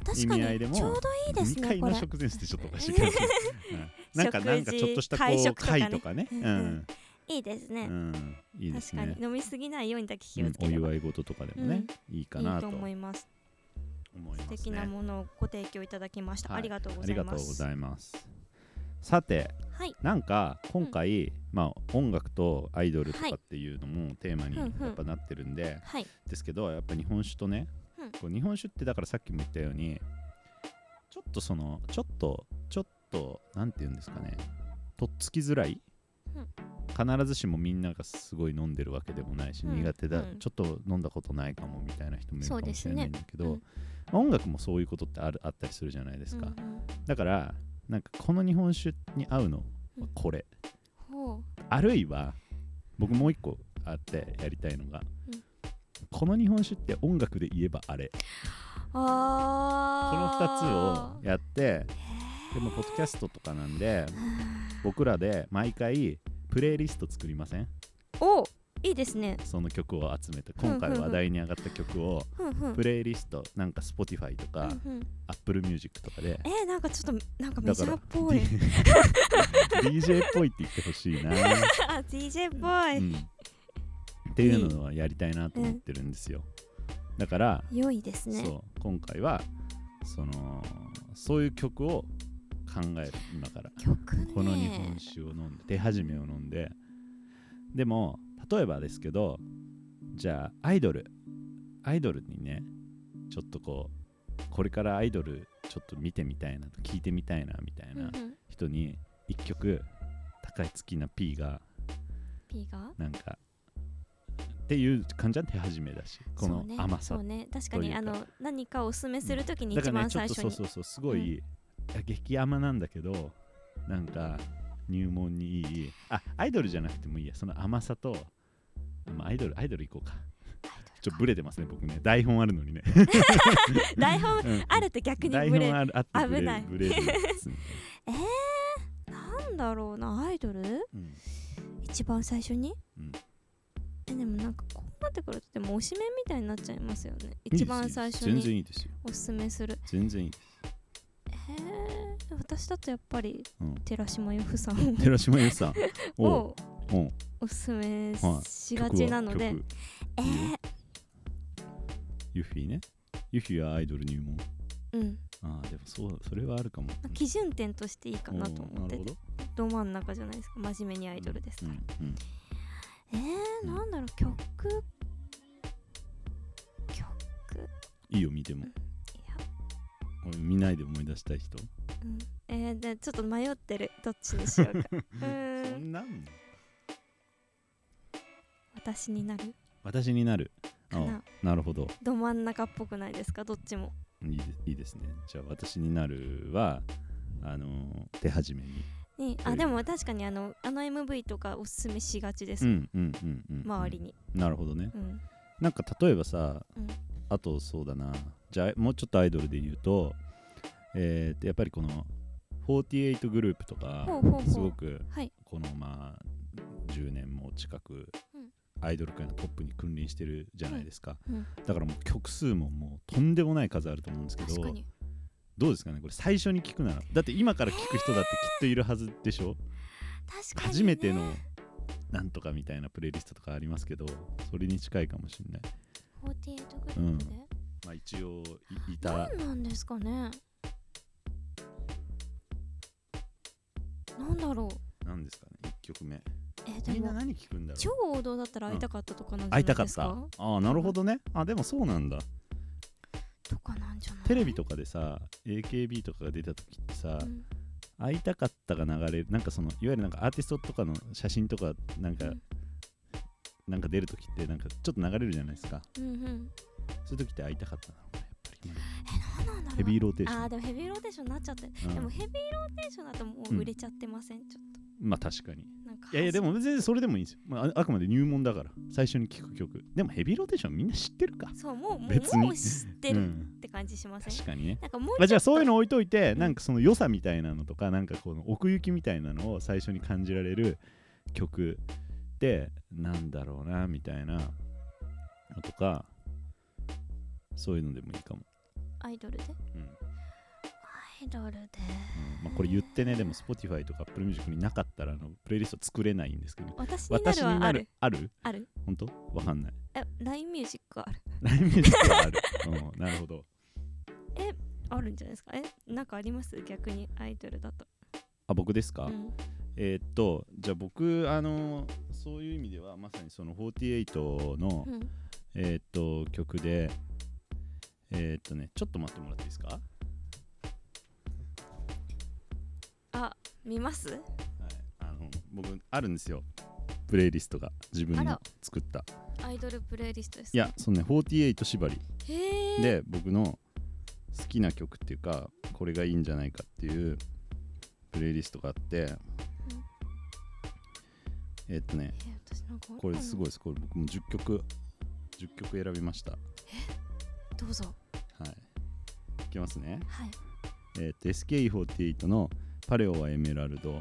[SPEAKER 2] 確
[SPEAKER 1] 意味合いでも
[SPEAKER 2] ちょうどいいです
[SPEAKER 1] 飲み
[SPEAKER 2] ね
[SPEAKER 1] 会
[SPEAKER 2] こ
[SPEAKER 1] の
[SPEAKER 2] れ
[SPEAKER 1] 食前酒ってちょっとおかしいかもしれない うんなんか
[SPEAKER 2] 食事
[SPEAKER 1] なんかちょっとしたこ
[SPEAKER 2] 会
[SPEAKER 1] う
[SPEAKER 2] 食とかね
[SPEAKER 1] 会とかね、
[SPEAKER 2] うん
[SPEAKER 1] うん
[SPEAKER 2] いいです
[SPEAKER 1] う
[SPEAKER 2] ね、
[SPEAKER 1] ん、いいです
[SPEAKER 2] 確か
[SPEAKER 1] ね
[SPEAKER 2] に。飲みすぎないようにだけ気
[SPEAKER 1] う
[SPEAKER 2] を
[SPEAKER 1] ん
[SPEAKER 2] つ
[SPEAKER 1] お
[SPEAKER 2] ければ、
[SPEAKER 1] 祝い事とかでもね、いいか
[SPEAKER 2] い
[SPEAKER 1] ないと
[SPEAKER 2] と
[SPEAKER 1] 思
[SPEAKER 2] 思
[SPEAKER 1] い
[SPEAKER 2] います
[SPEAKER 1] ます、ね、
[SPEAKER 2] 素敵なものをご提供いただきました、
[SPEAKER 1] はい
[SPEAKER 2] ありがとうご
[SPEAKER 1] あり
[SPEAKER 2] ざい
[SPEAKER 1] が
[SPEAKER 2] ま
[SPEAKER 1] と
[SPEAKER 2] す
[SPEAKER 1] うございますさて
[SPEAKER 2] はい
[SPEAKER 1] なんか今回、まあ、音楽とアイドルとか
[SPEAKER 2] はい
[SPEAKER 1] っていうのもテーマに
[SPEAKER 2] ふ
[SPEAKER 1] や
[SPEAKER 2] んふん
[SPEAKER 1] っぱなってるんで、
[SPEAKER 2] はい
[SPEAKER 1] ですけどやっぱ日本酒とね、
[SPEAKER 2] うん
[SPEAKER 1] こう日本酒ってだからさっきも言ったようにちょっとそのちょっとちょっとなんて言うんですかねとっつきづらい、
[SPEAKER 2] うん
[SPEAKER 1] 必ずしもみんながすごい飲んでるわけでもないし、
[SPEAKER 2] うん
[SPEAKER 1] 苦手だ、
[SPEAKER 2] うん
[SPEAKER 1] ちょっと飲んだことないかもみたいな人もいるか
[SPEAKER 2] そう
[SPEAKER 1] も
[SPEAKER 2] で
[SPEAKER 1] し
[SPEAKER 2] す
[SPEAKER 1] れ
[SPEAKER 2] ね
[SPEAKER 1] ないんだけど、
[SPEAKER 2] うん
[SPEAKER 1] まあ音楽もそういうことってあるあったりするじゃないですか、
[SPEAKER 2] うんうん
[SPEAKER 1] だからなんかこの日本酒に合うの
[SPEAKER 2] うん
[SPEAKER 1] はこれ、
[SPEAKER 2] ほ
[SPEAKER 1] あるいは僕もう一個あってやりたいのが、
[SPEAKER 2] うん
[SPEAKER 1] この日本酒って音楽で言えばあれ
[SPEAKER 2] う
[SPEAKER 1] この2
[SPEAKER 2] あ
[SPEAKER 1] つをやってでもポッドキャストとかなんで僕らで毎回プレイリスト作りません
[SPEAKER 2] つをおいいですね
[SPEAKER 1] その曲を集めて
[SPEAKER 2] んうんう
[SPEAKER 1] 今
[SPEAKER 2] ん
[SPEAKER 1] 回話題に上がった曲を
[SPEAKER 2] ふんふん
[SPEAKER 1] プレイリストなんか Spotify とか
[SPEAKER 2] うんうん
[SPEAKER 1] Apple Music とかで
[SPEAKER 2] えー、なんかちょっとなんかメ
[SPEAKER 1] だ
[SPEAKER 2] ジ
[SPEAKER 1] か
[SPEAKER 2] ャー
[SPEAKER 1] ら
[SPEAKER 2] っぽい
[SPEAKER 1] DJ っぽいって言ってほしいな、
[SPEAKER 2] あ DJ っぽ
[SPEAKER 1] う
[SPEAKER 2] い、
[SPEAKER 1] んっていうのをやりたいなと思ってるんですよだから
[SPEAKER 2] 良いですね
[SPEAKER 1] そう今回はそのそういう曲を考える今から
[SPEAKER 2] 曲ね
[SPEAKER 1] この日本酒を飲んで手始めを飲んででも例えばですけどじゃあアイドルアイドルにねちょっとこうこれからアイドルちょっと見てみたいな聞いてみたいなみたい
[SPEAKER 2] うんう、
[SPEAKER 1] なん人に一曲高い月な P が
[SPEAKER 2] P が
[SPEAKER 1] なんかっていう感じは手始めだしこの甘さ
[SPEAKER 2] そうねそうね確か
[SPEAKER 1] とい
[SPEAKER 2] に
[SPEAKER 1] うか
[SPEAKER 2] あの何かおすすめするときに
[SPEAKER 1] だ
[SPEAKER 2] 一
[SPEAKER 1] から
[SPEAKER 2] 番
[SPEAKER 1] ねちょっ
[SPEAKER 2] 最
[SPEAKER 1] と
[SPEAKER 2] 初
[SPEAKER 1] そ
[SPEAKER 2] に
[SPEAKER 1] うそうそうすごい,いや、激甘なんだけどなんか入門にいいあアイドルじゃなくてもいいやその甘さと、まあ、アイドルアイドル行こうかちょっとブレてますね僕ね台本あるのにね
[SPEAKER 2] 台本
[SPEAKER 1] うん
[SPEAKER 2] あると逆に
[SPEAKER 1] 台
[SPEAKER 2] ブレ
[SPEAKER 1] 本あるあってブレ
[SPEAKER 2] 危ない
[SPEAKER 1] ブレるやつね、
[SPEAKER 2] なんだろうなアイドル
[SPEAKER 1] うん
[SPEAKER 2] 一番最初に、
[SPEAKER 1] うん
[SPEAKER 2] えでもなんかこうなってくるとでも推しメンみたいになっちゃいますよね
[SPEAKER 1] いいです
[SPEAKER 2] 一番最初
[SPEAKER 1] 全然
[SPEAKER 2] に
[SPEAKER 1] いいですよ
[SPEAKER 2] おすすめする
[SPEAKER 1] 全然いいです、
[SPEAKER 2] へえ私だとやっぱり
[SPEAKER 1] うん、
[SPEAKER 2] 寺島由布さん
[SPEAKER 1] 寺島由 さん
[SPEAKER 2] を
[SPEAKER 1] おうおう
[SPEAKER 2] おすすめ
[SPEAKER 1] はい
[SPEAKER 2] しがちなので、
[SPEAKER 1] 曲は曲
[SPEAKER 2] えー
[SPEAKER 1] ユフィねユフィはアイドル入門
[SPEAKER 2] うん
[SPEAKER 1] ああでもそうそれはあるかも
[SPEAKER 2] まあ基準点としていいかなと思って
[SPEAKER 1] おうなるほ
[SPEAKER 2] て
[SPEAKER 1] ど
[SPEAKER 2] ど真ん中じゃないですか真面目にアイドルですから、
[SPEAKER 1] うんうん
[SPEAKER 2] えー、
[SPEAKER 1] うん
[SPEAKER 2] なんだろう曲曲
[SPEAKER 1] いいよ見ても
[SPEAKER 2] いや、
[SPEAKER 1] 俺見ないで思い出したい人
[SPEAKER 2] うん、えー、でちょっと迷ってるどっちにしよ うかうーん
[SPEAKER 1] なん
[SPEAKER 2] 私になる
[SPEAKER 1] 私になるあ
[SPEAKER 2] かな
[SPEAKER 1] なるほど
[SPEAKER 2] ど真ん中っぽくないですかどっちも
[SPEAKER 1] いいでいいですねじゃあ私になるはあのー手始めに
[SPEAKER 2] に
[SPEAKER 1] う
[SPEAKER 2] あ
[SPEAKER 1] ん
[SPEAKER 2] でも確かにあのあの MV とかおすすめしがちです、
[SPEAKER 1] うんうんうんうんうん
[SPEAKER 2] 周りに、
[SPEAKER 1] なるほどね
[SPEAKER 2] うん、
[SPEAKER 1] なんか例えばさ、
[SPEAKER 2] うん
[SPEAKER 1] あとそうだなじゃあもうちょっとアイドルで言うとえー、やっぱりこの48グループとか
[SPEAKER 2] ほうほうほう
[SPEAKER 1] すごく
[SPEAKER 2] はい
[SPEAKER 1] このまあ10年も近く
[SPEAKER 2] うん
[SPEAKER 1] アイドル界のトップに君臨してるじゃないですか、
[SPEAKER 2] うんうん
[SPEAKER 1] だからもう曲数ももうとんでもない数あると思うんですけ
[SPEAKER 2] 確
[SPEAKER 1] ど
[SPEAKER 2] かに
[SPEAKER 1] どうですかねこれ最初に聞くならだって今から聞く人だってきっといるはずでしょ
[SPEAKER 2] 確かに、ね、
[SPEAKER 1] 初めてのなんとかみたいなプレイリストとかありますけどそれに近いかもしれない
[SPEAKER 2] 48グループで、
[SPEAKER 1] まあ一応いいた
[SPEAKER 2] 何なんですかねなんだろう
[SPEAKER 1] なんですかね1曲目
[SPEAKER 2] え
[SPEAKER 1] み
[SPEAKER 2] ーで
[SPEAKER 1] んな
[SPEAKER 2] も
[SPEAKER 1] 何聞くんだろ
[SPEAKER 2] 超
[SPEAKER 1] う
[SPEAKER 2] 王道だったら会いたかったとかなんじゃな
[SPEAKER 1] 会
[SPEAKER 2] い
[SPEAKER 1] いたか
[SPEAKER 2] で
[SPEAKER 1] っ
[SPEAKER 2] す
[SPEAKER 1] た
[SPEAKER 2] か、
[SPEAKER 1] ああなるほどねあでもそうなんだ
[SPEAKER 2] とかなんじゃない
[SPEAKER 1] テレビとかでさ AKB とかが出た時ってさ、
[SPEAKER 2] うん
[SPEAKER 1] 会いたかったが流れるなんかそのいわゆるなんかアーティストとかの写真とかなんか、
[SPEAKER 2] うん
[SPEAKER 1] なんか出る時ってなんかちょっと流れるじゃないですか
[SPEAKER 2] うんうん
[SPEAKER 1] そういう時って会いたかったなのかなやっぱり
[SPEAKER 2] えなんなんだろう
[SPEAKER 1] ヘビーローテーシ
[SPEAKER 2] あ
[SPEAKER 1] ョン
[SPEAKER 2] ーでもヘビーローテーションになっちゃってる、
[SPEAKER 1] うん
[SPEAKER 2] でもヘビーローテーションだともう売れちゃってません、ちょっ
[SPEAKER 1] まあ確かに
[SPEAKER 2] となんか
[SPEAKER 1] いやいやでも全然それでもいいんですよ、まああ、あくまで入門だから最初に聴く曲でもヘビーローテーションみんな知ってるか
[SPEAKER 2] そうもうも
[SPEAKER 1] 別
[SPEAKER 2] う
[SPEAKER 1] に
[SPEAKER 2] もう知って
[SPEAKER 1] う
[SPEAKER 2] る
[SPEAKER 1] ん
[SPEAKER 2] って感じしません、
[SPEAKER 1] 確かにね
[SPEAKER 2] なんかもう
[SPEAKER 1] まあ、じゃあそういうの置いといて、
[SPEAKER 2] ん
[SPEAKER 1] なんかその良さみたいなのとかなんかこの奥行きみたいなのを最初に感じられる曲ってなんだろうなみたいなのとかそういうのでもいいかも、
[SPEAKER 2] アイドルで
[SPEAKER 1] うんうん
[SPEAKER 2] アイドルで
[SPEAKER 1] まあ、これ言ってねでも Spotify とか Apple Music になかったらあのプレイリスト作れないんですけど
[SPEAKER 2] 私にな
[SPEAKER 1] 私
[SPEAKER 2] るは
[SPEAKER 1] に
[SPEAKER 2] あ
[SPEAKER 1] な
[SPEAKER 2] る
[SPEAKER 1] るある
[SPEAKER 2] ある
[SPEAKER 1] 本当わかんない
[SPEAKER 2] え LINE ミュージックある
[SPEAKER 1] LINE ミュージックはあ る、うん、なるほど
[SPEAKER 2] あるんじゃないですかえなんかあります逆にアイドルだと、
[SPEAKER 1] あ僕ですか、
[SPEAKER 2] うん、
[SPEAKER 1] えーっとじゃあ僕あのそういう意味ではまさにその48の、
[SPEAKER 2] うん
[SPEAKER 1] えーっと曲でえーっとねちょっと待ってもらっていいですか、はい、
[SPEAKER 2] あ見ます
[SPEAKER 1] あの僕あるんですよプレイリストが自分
[SPEAKER 2] あ
[SPEAKER 1] の
[SPEAKER 2] ら
[SPEAKER 1] 作った
[SPEAKER 2] アイドルプレイリストです
[SPEAKER 1] いやそのね48縛り
[SPEAKER 2] へえ
[SPEAKER 1] で僕の好きな曲っていうかこれがいいんじゃないかっていうプレイリストがあってえーっとね
[SPEAKER 2] え私なんかあるかな
[SPEAKER 1] これすごいですこれ僕も10曲10曲選びましたは
[SPEAKER 2] どうぞ
[SPEAKER 1] いいきますね
[SPEAKER 2] はい
[SPEAKER 1] えーっと SKE48 の「パレオはエメラルド」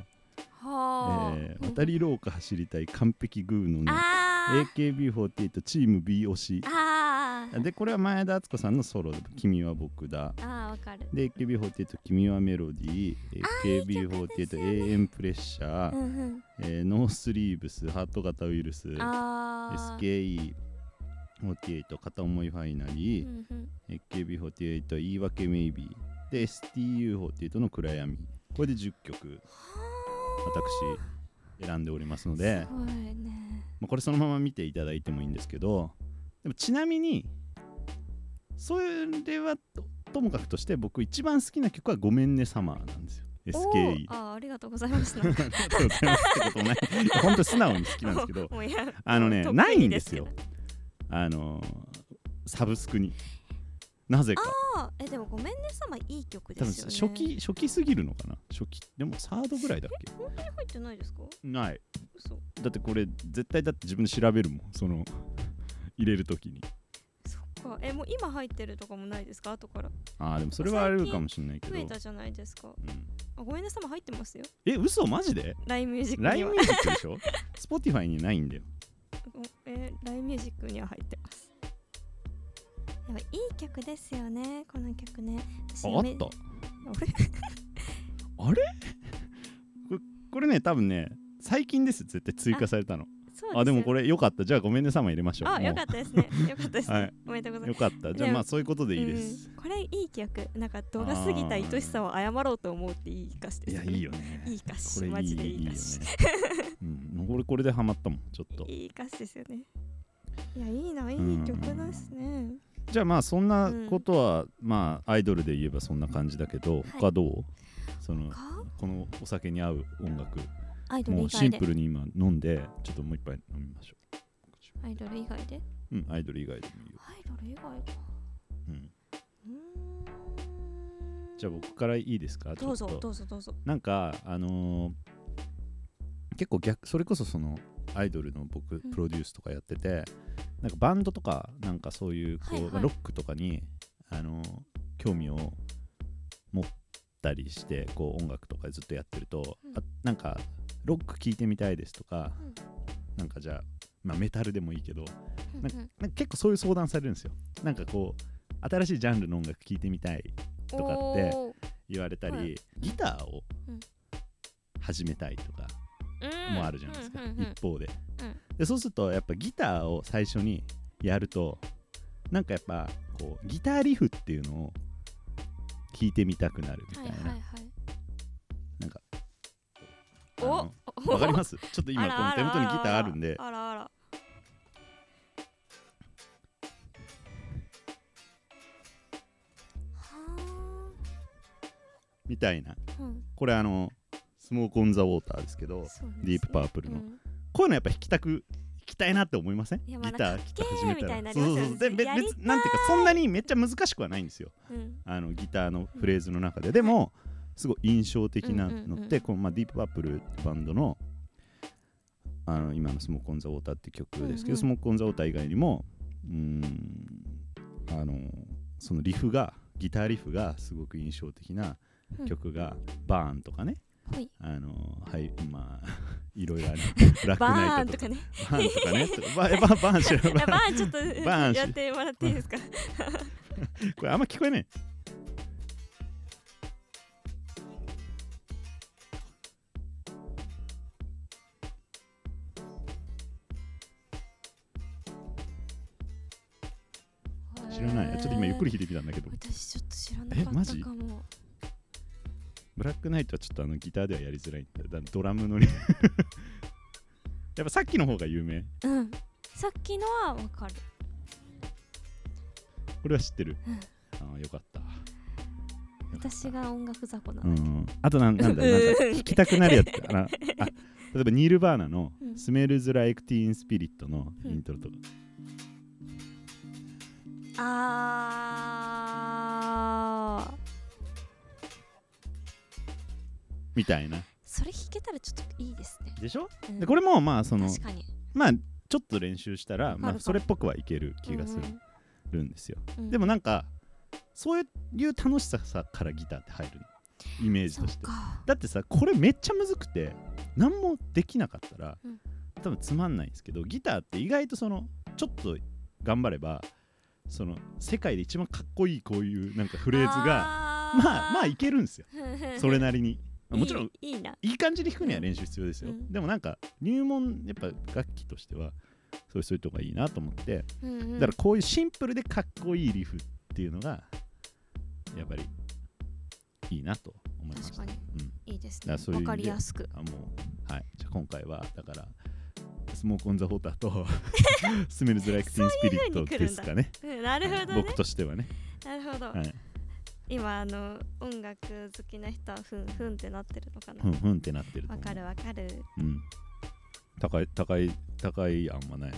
[SPEAKER 2] はあ、
[SPEAKER 1] えー
[SPEAKER 2] うん
[SPEAKER 1] 渡り廊下走りたい完璧グーのね
[SPEAKER 2] あ
[SPEAKER 1] AKB48 チーム B 推し
[SPEAKER 2] ーあー
[SPEAKER 1] でこれは前田敦子さんのソロで「君は僕だ
[SPEAKER 2] あーわかる」
[SPEAKER 1] で AKB48 君はメロディー
[SPEAKER 2] いい曲ですよね
[SPEAKER 1] AKB48 AM プレッシャ
[SPEAKER 2] う
[SPEAKER 1] ー、
[SPEAKER 2] ん
[SPEAKER 1] えーノースリーブスハート型ウイルス
[SPEAKER 2] うんあー
[SPEAKER 1] SKE48 片思いファイナリ
[SPEAKER 2] う
[SPEAKER 1] ー、
[SPEAKER 2] んうん、
[SPEAKER 1] AKB48 言い訳メイビーで STU48 の暗闇これで10曲
[SPEAKER 2] は
[SPEAKER 1] 私選んでおりますの
[SPEAKER 2] あ
[SPEAKER 1] です
[SPEAKER 2] ごいね
[SPEAKER 1] まあ、これそのまま見ていただいてもいいんですけどでもちなみにそれはとともかくとして僕一番好きな曲は「ごめんねサマー」なんですよ SKE
[SPEAKER 2] おーあーありがとうございます。
[SPEAKER 1] ありがとうございますってことない本当素直に好きなんですけ ど
[SPEAKER 2] もういや
[SPEAKER 1] あのね
[SPEAKER 2] 特に
[SPEAKER 1] ないんですよ
[SPEAKER 2] で
[SPEAKER 1] あのサブスクになぜか
[SPEAKER 2] あーえでもごめんね様いい曲で
[SPEAKER 1] 多分
[SPEAKER 2] すよね。
[SPEAKER 1] 初期初期すぎるのかな初期でもサードぐらいだっけ
[SPEAKER 2] 本当に入ってないですか？
[SPEAKER 1] ない
[SPEAKER 2] 嘘。
[SPEAKER 1] だってこれ絶対だって自分で調べるもんその入れるときに
[SPEAKER 2] そっか。えもう今入ってるとかもないですか？後から
[SPEAKER 1] ああでもそれはあるかもしれないけ
[SPEAKER 2] 増
[SPEAKER 1] ど、う
[SPEAKER 2] え
[SPEAKER 1] ん、
[SPEAKER 2] たじゃないですか。あごめんね様入ってますよ。
[SPEAKER 1] え嘘マジ で
[SPEAKER 2] LINE ミュージック
[SPEAKER 1] ?LINE
[SPEAKER 2] には
[SPEAKER 1] ミュージックでしょ ?Spotify にないんだよ
[SPEAKER 2] おえ LINE ミュージックには入ってます。でもいい曲ですよねこの曲ね。私
[SPEAKER 1] ああっ
[SPEAKER 2] め
[SPEAKER 1] た
[SPEAKER 2] あれ
[SPEAKER 1] これね多分ね最近です絶対追加されたの
[SPEAKER 2] そう
[SPEAKER 1] あでもこ
[SPEAKER 2] れ。
[SPEAKER 1] れよかったじゃあごめんね様入れましょう
[SPEAKER 2] あ
[SPEAKER 1] もう
[SPEAKER 2] よかったです ね。よかったですね。
[SPEAKER 1] はい
[SPEAKER 2] おめでとうございます
[SPEAKER 1] よかったじゃあ
[SPEAKER 2] ね
[SPEAKER 1] まあそういうことでいいです
[SPEAKER 2] うん、これいい曲なんか度が過ぎた愛しさを謝ろうと思うっていい歌詞で
[SPEAKER 1] い
[SPEAKER 2] す
[SPEAKER 1] や
[SPEAKER 2] よね
[SPEAKER 1] いいよね
[SPEAKER 2] いい歌詞
[SPEAKER 1] これ
[SPEAKER 2] マ
[SPEAKER 1] いい
[SPEAKER 2] ジでいい
[SPEAKER 1] よね
[SPEAKER 2] 歌詞
[SPEAKER 1] うん俺これでハマったもんちょっと
[SPEAKER 2] いい歌詞ですよねいやいいないい曲ですね
[SPEAKER 1] じゃあまあそんなことは、まあアイドルで言えばそんな感じだけど他どう、その
[SPEAKER 2] か
[SPEAKER 1] このお酒に合う音楽
[SPEAKER 2] アイドル
[SPEAKER 1] も
[SPEAKER 2] 以
[SPEAKER 1] うシ
[SPEAKER 2] 外
[SPEAKER 1] ン
[SPEAKER 2] で
[SPEAKER 1] プルに今飲んでちょっともう一杯飲みましょ
[SPEAKER 2] アイドル以外で
[SPEAKER 1] ううんアイドル以外でもいいよ、
[SPEAKER 2] アイドル以外か
[SPEAKER 1] うん、
[SPEAKER 2] うーん
[SPEAKER 1] じゃあ僕からいいですか
[SPEAKER 2] どうぞ
[SPEAKER 1] ちょっと
[SPEAKER 2] どうぞどうぞ
[SPEAKER 1] なんかあのー結構逆それこそそのアイドルの僕
[SPEAKER 2] ん
[SPEAKER 1] プロデュースとかやってて、なんかバンドとかなんかそういうこう、
[SPEAKER 2] はいはい
[SPEAKER 1] まあロックとかに、あのー興味を持ったりしてこう音楽とかずっとやってると、
[SPEAKER 2] うん
[SPEAKER 1] あなんかロック聴いてみたいですとか、
[SPEAKER 2] うん
[SPEAKER 1] なんかじゃあ、まあ、メタルでもいいけど
[SPEAKER 2] うんうん
[SPEAKER 1] なんか結構そういう相談されるんですよなんかこう新しいジャンルの音楽聴いてみたいとかって
[SPEAKER 2] おー
[SPEAKER 1] 言われたり、
[SPEAKER 2] はい
[SPEAKER 1] ギターを
[SPEAKER 2] うん
[SPEAKER 1] 始めたいとか
[SPEAKER 2] うん
[SPEAKER 1] もあるじゃないですか、
[SPEAKER 2] うんうんうん
[SPEAKER 1] 一方で,、
[SPEAKER 2] うん
[SPEAKER 1] でそうするとやっぱギターを最初にやるとなんかやっぱこうギターリフっていうのを聴いてみたくなるみた
[SPEAKER 2] はいい
[SPEAKER 1] な、
[SPEAKER 2] はいはい
[SPEAKER 1] なんかあ
[SPEAKER 2] お
[SPEAKER 1] のわかります すちょっと今この手元にギターあるんで
[SPEAKER 2] あらあらは
[SPEAKER 1] みたいな
[SPEAKER 2] ーうん
[SPEAKER 1] これあのスモーク・オン・ザ・ウォーターですけど
[SPEAKER 2] そうですね
[SPEAKER 1] ディープ・パープルの、
[SPEAKER 2] うん
[SPEAKER 1] こういうのやっぱ弾きたく弾きたいなって思いません
[SPEAKER 2] い
[SPEAKER 1] ギ
[SPEAKER 2] やまあ
[SPEAKER 1] ター弾き始めた
[SPEAKER 2] な
[SPEAKER 1] ら
[SPEAKER 2] んか
[SPEAKER 1] そ
[SPEAKER 2] かっけー
[SPEAKER 1] う
[SPEAKER 2] みたいになりますよ
[SPEAKER 1] そ
[SPEAKER 2] ね
[SPEAKER 1] うそうでべ
[SPEAKER 2] やりたい
[SPEAKER 1] 別なんていうかそんなにめっちゃ難しくはないんですよ
[SPEAKER 2] うん
[SPEAKER 1] あのギターのフレーズの中ででもすごい印象的な
[SPEAKER 2] うん
[SPEAKER 1] の
[SPEAKER 2] うん
[SPEAKER 1] っ
[SPEAKER 2] うん
[SPEAKER 1] て、
[SPEAKER 2] うん
[SPEAKER 1] このまあ、ディープパープルってバンドのあの今の「スモーク・オン・ザ・ウォーター」って曲ですけど、
[SPEAKER 2] うんうん
[SPEAKER 1] スモーク・オン・ザ・ウォーター以外にもうーんあのそのリフがギターリフがすごく印象的な曲が「バーン」とかね
[SPEAKER 2] はい
[SPEAKER 1] あのはいまあ いろい ろある「ラック
[SPEAKER 2] バ
[SPEAKER 1] ナイ
[SPEAKER 2] ーン
[SPEAKER 1] ト」
[SPEAKER 2] と
[SPEAKER 1] とか
[SPEAKER 2] か
[SPEAKER 1] 「バー
[SPEAKER 2] ね
[SPEAKER 1] ン」とかねちょっとバーバーバーン知ら
[SPEAKER 2] いや
[SPEAKER 1] な
[SPEAKER 2] バ
[SPEAKER 1] い
[SPEAKER 2] ーンちょっとうん
[SPEAKER 1] バーンし
[SPEAKER 2] やってもらっていいですか
[SPEAKER 1] これあんま聞こえない知らないちょっと今ゆっくり弾いてみたんだけど
[SPEAKER 2] 私ちょっと知らな
[SPEAKER 1] え
[SPEAKER 2] か
[SPEAKER 1] マ
[SPEAKER 2] った
[SPEAKER 1] ジ
[SPEAKER 2] かも
[SPEAKER 1] ブラックナイトはちょっとあのギターではやりづらいんだだドラムのね やっぱさっきの方が有名
[SPEAKER 2] うんさっきのはわかる
[SPEAKER 1] これは知ってる
[SPEAKER 2] うん
[SPEAKER 1] ああよかったよかった
[SPEAKER 2] 私が音楽雑魚な
[SPEAKER 1] う
[SPEAKER 2] の
[SPEAKER 1] んあとなんなんだろうなんか聞きたくなるやつあのあ例えばニール・バーナの
[SPEAKER 2] う
[SPEAKER 1] 「
[SPEAKER 2] ん
[SPEAKER 1] スメルズ・ライク・ティーン・スピリット」のイントロとか、
[SPEAKER 2] あー
[SPEAKER 1] みたいな
[SPEAKER 2] それ弾けたらちょっといいですね
[SPEAKER 1] でしょ
[SPEAKER 2] うん
[SPEAKER 1] でこれもまあその
[SPEAKER 2] 確かに
[SPEAKER 1] まあちょっと練習したら、ま
[SPEAKER 2] あるか
[SPEAKER 1] あ、
[SPEAKER 2] も
[SPEAKER 1] それっぽくはいける気がす
[SPEAKER 2] うん
[SPEAKER 1] るんですよ、
[SPEAKER 2] うん
[SPEAKER 1] でもなんかそういう楽しささからギターって入るのイメージ
[SPEAKER 2] そ
[SPEAKER 1] と
[SPEAKER 2] う
[SPEAKER 1] して
[SPEAKER 2] か
[SPEAKER 1] だってさこれめっちゃむずくて何もできなかったら、
[SPEAKER 2] うん
[SPEAKER 1] 多分つまんないんですけどギターって意外とそのちょっと頑張ればその世界で一番かっこいいこういうなんかフ
[SPEAKER 2] フ
[SPEAKER 1] レーズがまあ まあいけるんですよそれなりに
[SPEAKER 2] い
[SPEAKER 1] もちろん
[SPEAKER 2] いいいな、
[SPEAKER 1] いい感じで弾くには練習必要ですよ、
[SPEAKER 2] うん
[SPEAKER 1] でもなんか入門やっぱ楽器としてはそうそういうとこがいいなと思って
[SPEAKER 2] うんう
[SPEAKER 1] だ
[SPEAKER 2] ん
[SPEAKER 1] からこういうシンプルでかっこいいリフっていうのがやっぱりいいなと思いました
[SPEAKER 2] 確かに
[SPEAKER 1] うん
[SPEAKER 2] いいです
[SPEAKER 1] だから
[SPEAKER 2] ね
[SPEAKER 1] そういう意味で
[SPEAKER 2] わかりやすく
[SPEAKER 1] あもうはいじゃあ今回はだからスモーク・オン・ザ・ウォーター とスメルズ・ライク・ティン・スピリットですかね
[SPEAKER 2] うんなるほどね
[SPEAKER 1] 僕としてはね、
[SPEAKER 2] なるほど、
[SPEAKER 1] はい、
[SPEAKER 2] 今あの音楽好きな人はふんふんってなってるのかな
[SPEAKER 1] ふんふんってなってると
[SPEAKER 2] わ、
[SPEAKER 1] 思う
[SPEAKER 2] かるわかる
[SPEAKER 1] うん、高い高い高いあんまないの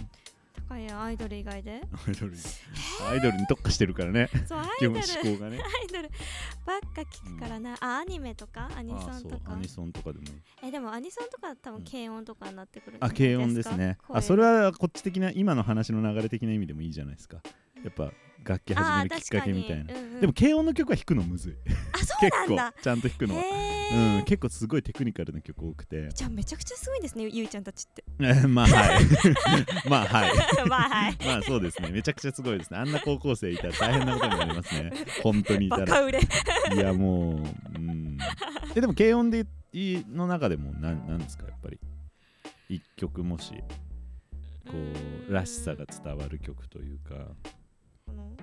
[SPEAKER 2] 高いアイドル以 外で
[SPEAKER 1] アイドルにアイドルに特化してるからね
[SPEAKER 2] そうアイ
[SPEAKER 1] 基
[SPEAKER 2] ド
[SPEAKER 1] 本
[SPEAKER 2] ルアイ
[SPEAKER 1] 思考がね
[SPEAKER 2] ドルばっか聞くからな、あアニメとかアニソ
[SPEAKER 1] あ
[SPEAKER 2] ン
[SPEAKER 1] そ
[SPEAKER 2] と
[SPEAKER 1] うア
[SPEAKER 2] か
[SPEAKER 1] ニソンとかでもいい
[SPEAKER 2] えでもアニソンとか多
[SPEAKER 1] うん
[SPEAKER 2] 分軽音とかになってくるんじゃ
[SPEAKER 1] あ
[SPEAKER 2] ない
[SPEAKER 1] 軽音ですね
[SPEAKER 2] か
[SPEAKER 1] あそれ
[SPEAKER 2] 声
[SPEAKER 1] はこっち的な今の話の流れ的な意味でもいいじゃないですかやっぱ楽器
[SPEAKER 2] あ
[SPEAKER 1] 始
[SPEAKER 2] ー
[SPEAKER 1] めるきっかけみたい
[SPEAKER 2] 確
[SPEAKER 1] な
[SPEAKER 2] かにうんうん
[SPEAKER 1] でも軽音の曲は弾くのむずい
[SPEAKER 2] あそう
[SPEAKER 1] 結
[SPEAKER 2] なん
[SPEAKER 1] 構
[SPEAKER 2] だ
[SPEAKER 1] ちゃんと弾くのは
[SPEAKER 2] へー
[SPEAKER 1] うん、結構すごいテクニカルな曲多くて
[SPEAKER 2] じゃあめちゃくちゃすごいですねゆいちゃんたちって
[SPEAKER 1] まあはい まあはい
[SPEAKER 2] まあ はい
[SPEAKER 1] まあそうですねめちゃくちゃすごいですねあんな高校生いたら大変なことになります ね本当にいた
[SPEAKER 2] バ
[SPEAKER 1] ら
[SPEAKER 2] カ 売れ
[SPEAKER 1] いやもううんえでも軽音でいいの中でもなんなんですかやっぱり一曲もしこうらしさが伝わる曲というか
[SPEAKER 2] この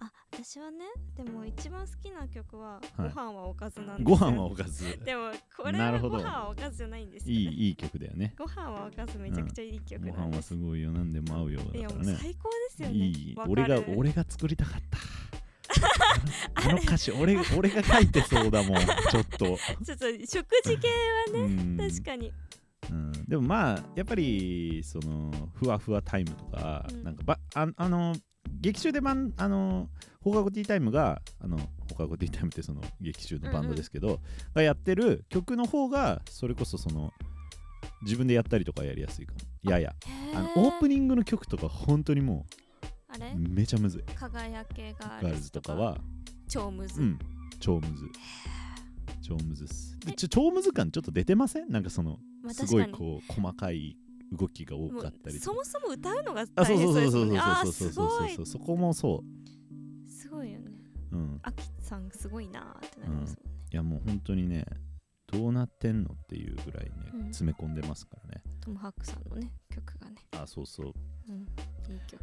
[SPEAKER 2] あ私はねでも一番好きな曲は、
[SPEAKER 1] はい
[SPEAKER 2] ご飯はおかずなんです
[SPEAKER 1] ご
[SPEAKER 2] よ
[SPEAKER 1] 飯はおかず
[SPEAKER 2] でもこれ
[SPEAKER 1] な
[SPEAKER 2] は
[SPEAKER 1] るほ
[SPEAKER 2] ご
[SPEAKER 1] ど
[SPEAKER 2] 飯はおかずじゃないんですよ、
[SPEAKER 1] い
[SPEAKER 2] ね、
[SPEAKER 1] いいい曲だよね
[SPEAKER 2] ご飯はおかずめちゃくちゃいい曲
[SPEAKER 1] ご
[SPEAKER 2] なん
[SPEAKER 1] 飯
[SPEAKER 2] で
[SPEAKER 1] は
[SPEAKER 2] す、
[SPEAKER 1] すごいよ何でも合うよ
[SPEAKER 2] い
[SPEAKER 1] だ
[SPEAKER 2] や
[SPEAKER 1] か
[SPEAKER 2] も
[SPEAKER 1] ら
[SPEAKER 2] う
[SPEAKER 1] ね
[SPEAKER 2] 最高ですよね
[SPEAKER 1] いい
[SPEAKER 2] わかる
[SPEAKER 1] 俺が俺が作りたか ったあの歌詞俺俺が書いてそうだも んちょっと、
[SPEAKER 2] ちょっと食事系
[SPEAKER 1] うん
[SPEAKER 2] 確かに
[SPEAKER 1] うん、でもまあやっぱりそのふわふわタイムとか、
[SPEAKER 2] うん
[SPEAKER 1] なんかばああの劇中でバンあの放課後ティータイムがあの放課後ティータイムってその劇中のバンドですけど、がやってる曲の方がそれこそその自分でやったりとかやりやすいかもややあのオープ
[SPEAKER 2] ン
[SPEAKER 1] ニングの曲とか本当にも
[SPEAKER 2] あれ
[SPEAKER 1] うめちゃむずい
[SPEAKER 2] 輝けが
[SPEAKER 1] ガールズとかは
[SPEAKER 2] 超むず、
[SPEAKER 1] うん、超むず。超むずっす。でちょ超むず感ちょっと出てませんなんかその、
[SPEAKER 2] まあ、
[SPEAKER 1] す
[SPEAKER 2] 確
[SPEAKER 1] ご
[SPEAKER 2] か
[SPEAKER 1] い
[SPEAKER 2] に
[SPEAKER 1] こう細かい動きが多
[SPEAKER 2] も
[SPEAKER 1] かっ
[SPEAKER 2] う
[SPEAKER 1] たりと
[SPEAKER 2] そ
[SPEAKER 1] か。
[SPEAKER 2] もそも歌うのが
[SPEAKER 1] あ、
[SPEAKER 2] 大
[SPEAKER 1] そう
[SPEAKER 2] 変
[SPEAKER 1] そう
[SPEAKER 2] そう
[SPEAKER 1] そ
[SPEAKER 2] で
[SPEAKER 1] うそうん
[SPEAKER 2] すもねあ
[SPEAKER 1] そ
[SPEAKER 2] ー
[SPEAKER 1] うそう
[SPEAKER 2] す
[SPEAKER 1] そう
[SPEAKER 2] ご
[SPEAKER 1] そう
[SPEAKER 2] い
[SPEAKER 1] そうそこもそ
[SPEAKER 2] すごいよね
[SPEAKER 1] う。うん。
[SPEAKER 2] あきさんすごいなーってなりますもんね、
[SPEAKER 1] いやもう本当にね、どうなってんのっていうぐらいね、
[SPEAKER 2] うん
[SPEAKER 1] 詰め込んでますからね。
[SPEAKER 2] トム・ハックさんのね曲がね
[SPEAKER 1] あ、そうそう。
[SPEAKER 2] うん、いい曲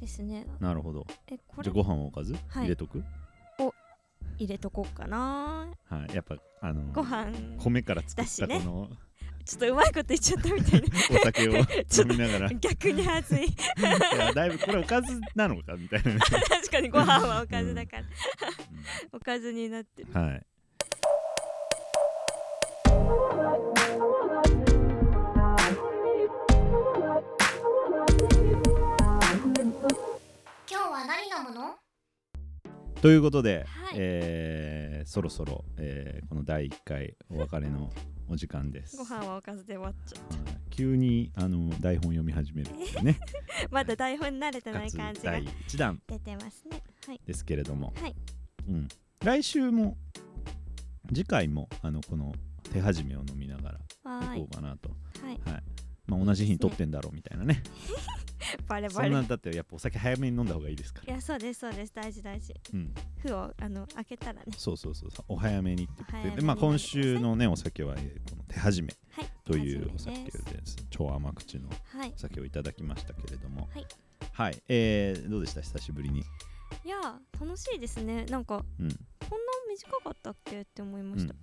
[SPEAKER 2] ですね。
[SPEAKER 1] なるほど。
[SPEAKER 2] え、こ
[SPEAKER 1] じゃ
[SPEAKER 2] れ
[SPEAKER 1] あご飯おかず、
[SPEAKER 2] はい
[SPEAKER 1] 入れとく
[SPEAKER 2] 入れとこうかな。
[SPEAKER 1] はい。やっぱ、あの、
[SPEAKER 2] ご飯、
[SPEAKER 1] 米から作
[SPEAKER 2] だ
[SPEAKER 1] っ
[SPEAKER 2] した
[SPEAKER 1] こ
[SPEAKER 2] ね
[SPEAKER 1] の
[SPEAKER 2] ちょっとうまいこと言っちゃったみたいな。
[SPEAKER 1] お酒を飲
[SPEAKER 2] ちょっと
[SPEAKER 1] みながら、い
[SPEAKER 2] 逆に恥ずい。
[SPEAKER 1] やだいぶこれおかずなのかみたいな ね。
[SPEAKER 2] 確かにご飯はおかずだから、
[SPEAKER 1] うん
[SPEAKER 2] おかずになってる。
[SPEAKER 1] はい。
[SPEAKER 3] 今日は何飲むの
[SPEAKER 1] ということで、
[SPEAKER 2] はい
[SPEAKER 1] えーそろそろ、えーこの第1回お別れのお時間です。
[SPEAKER 2] ご
[SPEAKER 1] はい
[SPEAKER 2] 飯はおかずで終わっちゃ
[SPEAKER 1] 急にあの台本読み始めるっていうね、
[SPEAKER 2] う。まだ台本慣れてな
[SPEAKER 1] か
[SPEAKER 2] い
[SPEAKER 1] つ
[SPEAKER 2] 感じが
[SPEAKER 1] 第1弾
[SPEAKER 2] 出てますね。はい。
[SPEAKER 1] ですけれども、
[SPEAKER 2] はい
[SPEAKER 1] うん、来週も次回もあのこの手始めを飲みながら
[SPEAKER 2] わ
[SPEAKER 1] 行
[SPEAKER 2] ー
[SPEAKER 1] こ
[SPEAKER 2] い。
[SPEAKER 1] うかなと、
[SPEAKER 2] はい。
[SPEAKER 1] まあ、同じ日に撮ってんだろうみたいなね
[SPEAKER 2] バレ
[SPEAKER 1] そん
[SPEAKER 2] バレ。
[SPEAKER 1] ないんだってやっぱお酒早めに飲んだ方がいいですから、
[SPEAKER 2] や、そうです、そうです。大事、大事。
[SPEAKER 1] うん、
[SPEAKER 2] 封を、あの、開けたらね。
[SPEAKER 1] そうそうそうそうお早めにって
[SPEAKER 2] お早
[SPEAKER 1] で
[SPEAKER 2] め
[SPEAKER 1] で、
[SPEAKER 2] に
[SPEAKER 1] まあ、今週のねお酒は、えーこの手始め
[SPEAKER 2] はい。
[SPEAKER 1] というお
[SPEAKER 2] 大丈
[SPEAKER 1] 酒
[SPEAKER 2] 夫
[SPEAKER 1] で
[SPEAKER 2] です。
[SPEAKER 1] す超甘口の
[SPEAKER 2] はい
[SPEAKER 1] お。酒をいただきましたけれども
[SPEAKER 2] はい、
[SPEAKER 1] はいえーどうでした久しぶりに、
[SPEAKER 2] いやー、楽しいですね。なんか、
[SPEAKER 1] うん
[SPEAKER 2] こんな短かったっけって思いま
[SPEAKER 1] う
[SPEAKER 2] し
[SPEAKER 1] ん
[SPEAKER 2] た、、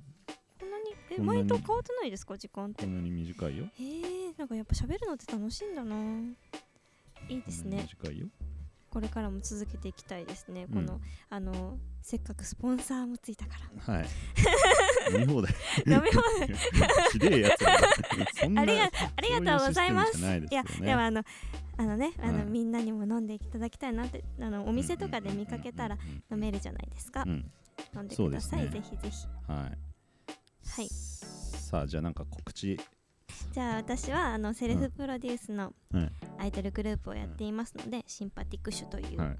[SPEAKER 2] こんなにえ
[SPEAKER 1] こんなに
[SPEAKER 2] 毎度変わってないですか時間って
[SPEAKER 1] こ
[SPEAKER 2] へ
[SPEAKER 1] んなに短いよ
[SPEAKER 2] えー、なんかやっぱ喋るのって楽しいんだないいです
[SPEAKER 1] こんな
[SPEAKER 2] ね
[SPEAKER 1] に短いよ
[SPEAKER 2] これからも続けていきたいですね、
[SPEAKER 1] うん
[SPEAKER 2] このあのせっかくスポンサーもついたか
[SPEAKER 1] はい飲 み放題
[SPEAKER 2] ら飲み放題
[SPEAKER 1] ひでえやつらだそんな
[SPEAKER 2] ありがありがとうございます
[SPEAKER 1] そういうシステムじゃない
[SPEAKER 2] や
[SPEAKER 1] ですよね
[SPEAKER 2] でもあのあのねあの、
[SPEAKER 1] はい
[SPEAKER 2] みんなにも飲んでいただきたいなってあのお店とかで見かけたら
[SPEAKER 1] うんうん
[SPEAKER 2] 飲めるじゃないですか、
[SPEAKER 1] うんうん
[SPEAKER 2] 飲んでください、
[SPEAKER 1] そうです
[SPEAKER 2] ぜ
[SPEAKER 1] ね
[SPEAKER 2] ひぜひ
[SPEAKER 1] うんはい、
[SPEAKER 2] はい
[SPEAKER 1] さあじゃあなんか告知
[SPEAKER 2] じゃあ私はあのセルフプロデュースの
[SPEAKER 1] はい
[SPEAKER 2] アイドルグループをやっていますので、シンパティクシュという、
[SPEAKER 1] はい
[SPEAKER 2] やっ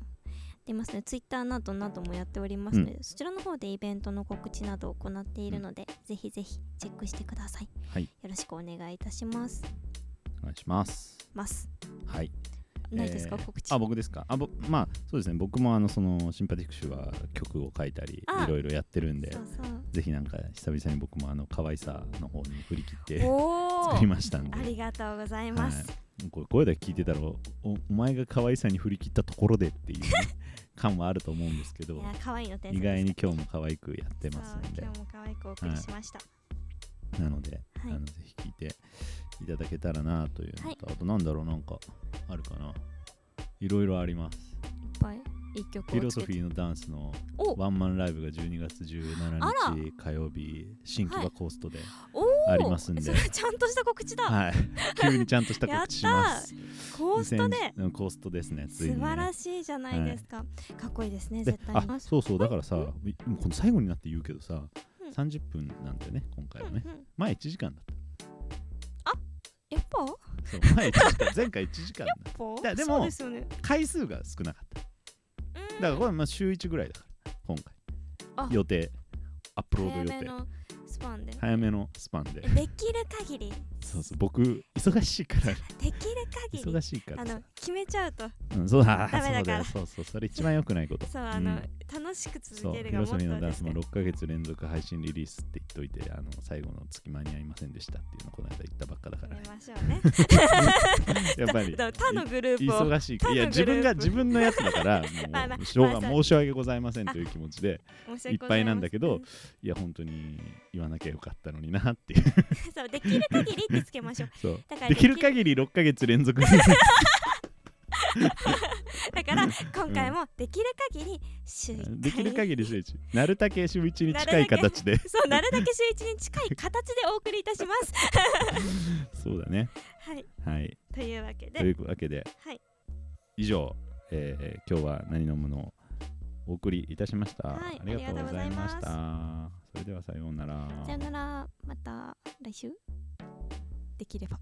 [SPEAKER 2] ていますねツイッターなどなどもやっておりますので、そちらの方でイベントの告知などを行っているので、ぜひぜひチェックしてください、
[SPEAKER 1] はい
[SPEAKER 2] よろしくお願いいたします
[SPEAKER 1] お願いします
[SPEAKER 2] ます
[SPEAKER 1] はい
[SPEAKER 2] ないですか、
[SPEAKER 1] えー
[SPEAKER 2] 告知
[SPEAKER 1] あ僕ですかあぼまあそうですね僕もあのそのシンパティクシュは曲を書いたり
[SPEAKER 2] あ
[SPEAKER 1] いろいろやってるんで
[SPEAKER 2] そうそ
[SPEAKER 1] ぜひなんか久々に僕もあの可愛さの方に振り切って
[SPEAKER 2] うお
[SPEAKER 1] 作り
[SPEAKER 2] ー
[SPEAKER 1] ましたんで
[SPEAKER 2] ありがとうござい
[SPEAKER 1] は
[SPEAKER 2] ます、
[SPEAKER 1] い、こう声で聞いてたらおおお前が可愛さに振り切ったところでっていう ね、感はあると思うんですけ
[SPEAKER 2] い、
[SPEAKER 1] ど
[SPEAKER 2] や可愛いの天才
[SPEAKER 1] 意外に今日も可愛くやって
[SPEAKER 2] 日
[SPEAKER 1] ますんで
[SPEAKER 2] 今日も可愛くお送りしました、
[SPEAKER 1] なので、
[SPEAKER 2] はい
[SPEAKER 1] あのぜひ聞いていただけたらなというのと、
[SPEAKER 2] はい
[SPEAKER 1] あとなんだろうなんかあるかないろいろあります
[SPEAKER 2] っぱい一曲
[SPEAKER 1] フィ
[SPEAKER 2] を
[SPEAKER 1] ロ
[SPEAKER 2] つ
[SPEAKER 1] ソ
[SPEAKER 2] け
[SPEAKER 1] フ
[SPEAKER 2] て
[SPEAKER 1] ィーのダンスの
[SPEAKER 2] お
[SPEAKER 1] ワンマンライブが12月
[SPEAKER 2] あら
[SPEAKER 1] 17日火曜日新規はコーストで、
[SPEAKER 2] お
[SPEAKER 1] ありますんで
[SPEAKER 2] それは ちゃんとした告知だ、
[SPEAKER 1] はい急にちゃんとした告知します
[SPEAKER 2] コーストで
[SPEAKER 1] 2000うんコーストですねつい
[SPEAKER 2] 素
[SPEAKER 1] にね
[SPEAKER 2] 晴らしいじゃないですか、かっこいいですね
[SPEAKER 1] で
[SPEAKER 2] 絶対に
[SPEAKER 1] あそうそうだからさもうこの最後になって言うけどさ、
[SPEAKER 2] うん
[SPEAKER 1] 30分なんだよね今回はね、
[SPEAKER 2] うんうん
[SPEAKER 1] 前1時間だっ
[SPEAKER 2] やっ
[SPEAKER 1] た
[SPEAKER 2] ぱ
[SPEAKER 1] そう前1時間 前回1時間だった
[SPEAKER 2] や
[SPEAKER 1] だ
[SPEAKER 2] っぱ
[SPEAKER 1] でも
[SPEAKER 2] そうですよね
[SPEAKER 1] 回数が少なかった
[SPEAKER 2] うん
[SPEAKER 1] だからこれまあ週1ぐらいだから今
[SPEAKER 2] あ
[SPEAKER 1] 回予定アップロード予
[SPEAKER 2] 早め
[SPEAKER 1] 定
[SPEAKER 2] のスパンで
[SPEAKER 1] 早めのスパンで
[SPEAKER 2] できる限り
[SPEAKER 1] そうそう僕忙しい から
[SPEAKER 2] できる限り
[SPEAKER 1] 忙しいか
[SPEAKER 2] あ
[SPEAKER 1] らさ
[SPEAKER 2] の決めちゃうと
[SPEAKER 1] うん、そうだ
[SPEAKER 2] ダ
[SPEAKER 1] そ
[SPEAKER 2] メだ
[SPEAKER 1] うだ
[SPEAKER 2] から
[SPEAKER 1] よそうそうそれ一番良くないこと
[SPEAKER 2] そうあ
[SPEAKER 1] う
[SPEAKER 2] の、
[SPEAKER 1] ん
[SPEAKER 2] 楽しく
[SPEAKER 1] そ
[SPEAKER 2] 続
[SPEAKER 1] う、
[SPEAKER 2] ける
[SPEAKER 1] ヒ
[SPEAKER 2] が
[SPEAKER 1] ロソ
[SPEAKER 2] モット
[SPEAKER 1] フィーの
[SPEAKER 2] ー
[SPEAKER 1] ダン
[SPEAKER 2] です
[SPEAKER 1] ス
[SPEAKER 2] ね
[SPEAKER 1] も6ヶ月連続配信リリースって言っといて、あの最後の月間に合いませんでしたっていうのこの間言ったばっかだか
[SPEAKER 2] 決
[SPEAKER 1] ら
[SPEAKER 2] め、ましょうね
[SPEAKER 1] やっぱり
[SPEAKER 2] だから他のグループを
[SPEAKER 1] 忙しいからいや
[SPEAKER 2] 他の
[SPEAKER 1] 自
[SPEAKER 2] グルー
[SPEAKER 1] 分
[SPEAKER 2] プ
[SPEAKER 1] が自分のやつだ から、も
[SPEAKER 2] まあまあ
[SPEAKER 1] うしょうが
[SPEAKER 2] まあ
[SPEAKER 1] 申し訳ございませんという気持ちで、
[SPEAKER 2] 申し訳ご
[SPEAKER 1] いっ
[SPEAKER 2] ざ
[SPEAKER 1] ぱ
[SPEAKER 2] い
[SPEAKER 1] い
[SPEAKER 2] ませ
[SPEAKER 1] なんんだけどいや本当に言わなきゃよかったのにな っていう、
[SPEAKER 2] そうできる限りってつけましょう
[SPEAKER 1] そう
[SPEAKER 2] だから
[SPEAKER 1] できる限り6ヶ月連続
[SPEAKER 2] だから今回もできる限り週一回
[SPEAKER 1] できる限り週一、なるたけ週一に近い形で、
[SPEAKER 2] そうなるだけ週一に近い形でお送りいたします
[SPEAKER 1] そうだね、
[SPEAKER 2] はい
[SPEAKER 1] はい、
[SPEAKER 2] というわけで
[SPEAKER 1] というわけで。
[SPEAKER 2] はい
[SPEAKER 1] 以上、えー今日は何飲むのをお送りいたしました、
[SPEAKER 2] はい
[SPEAKER 1] ありがとうございましたそれではさようなら
[SPEAKER 2] さよならまた来週できれば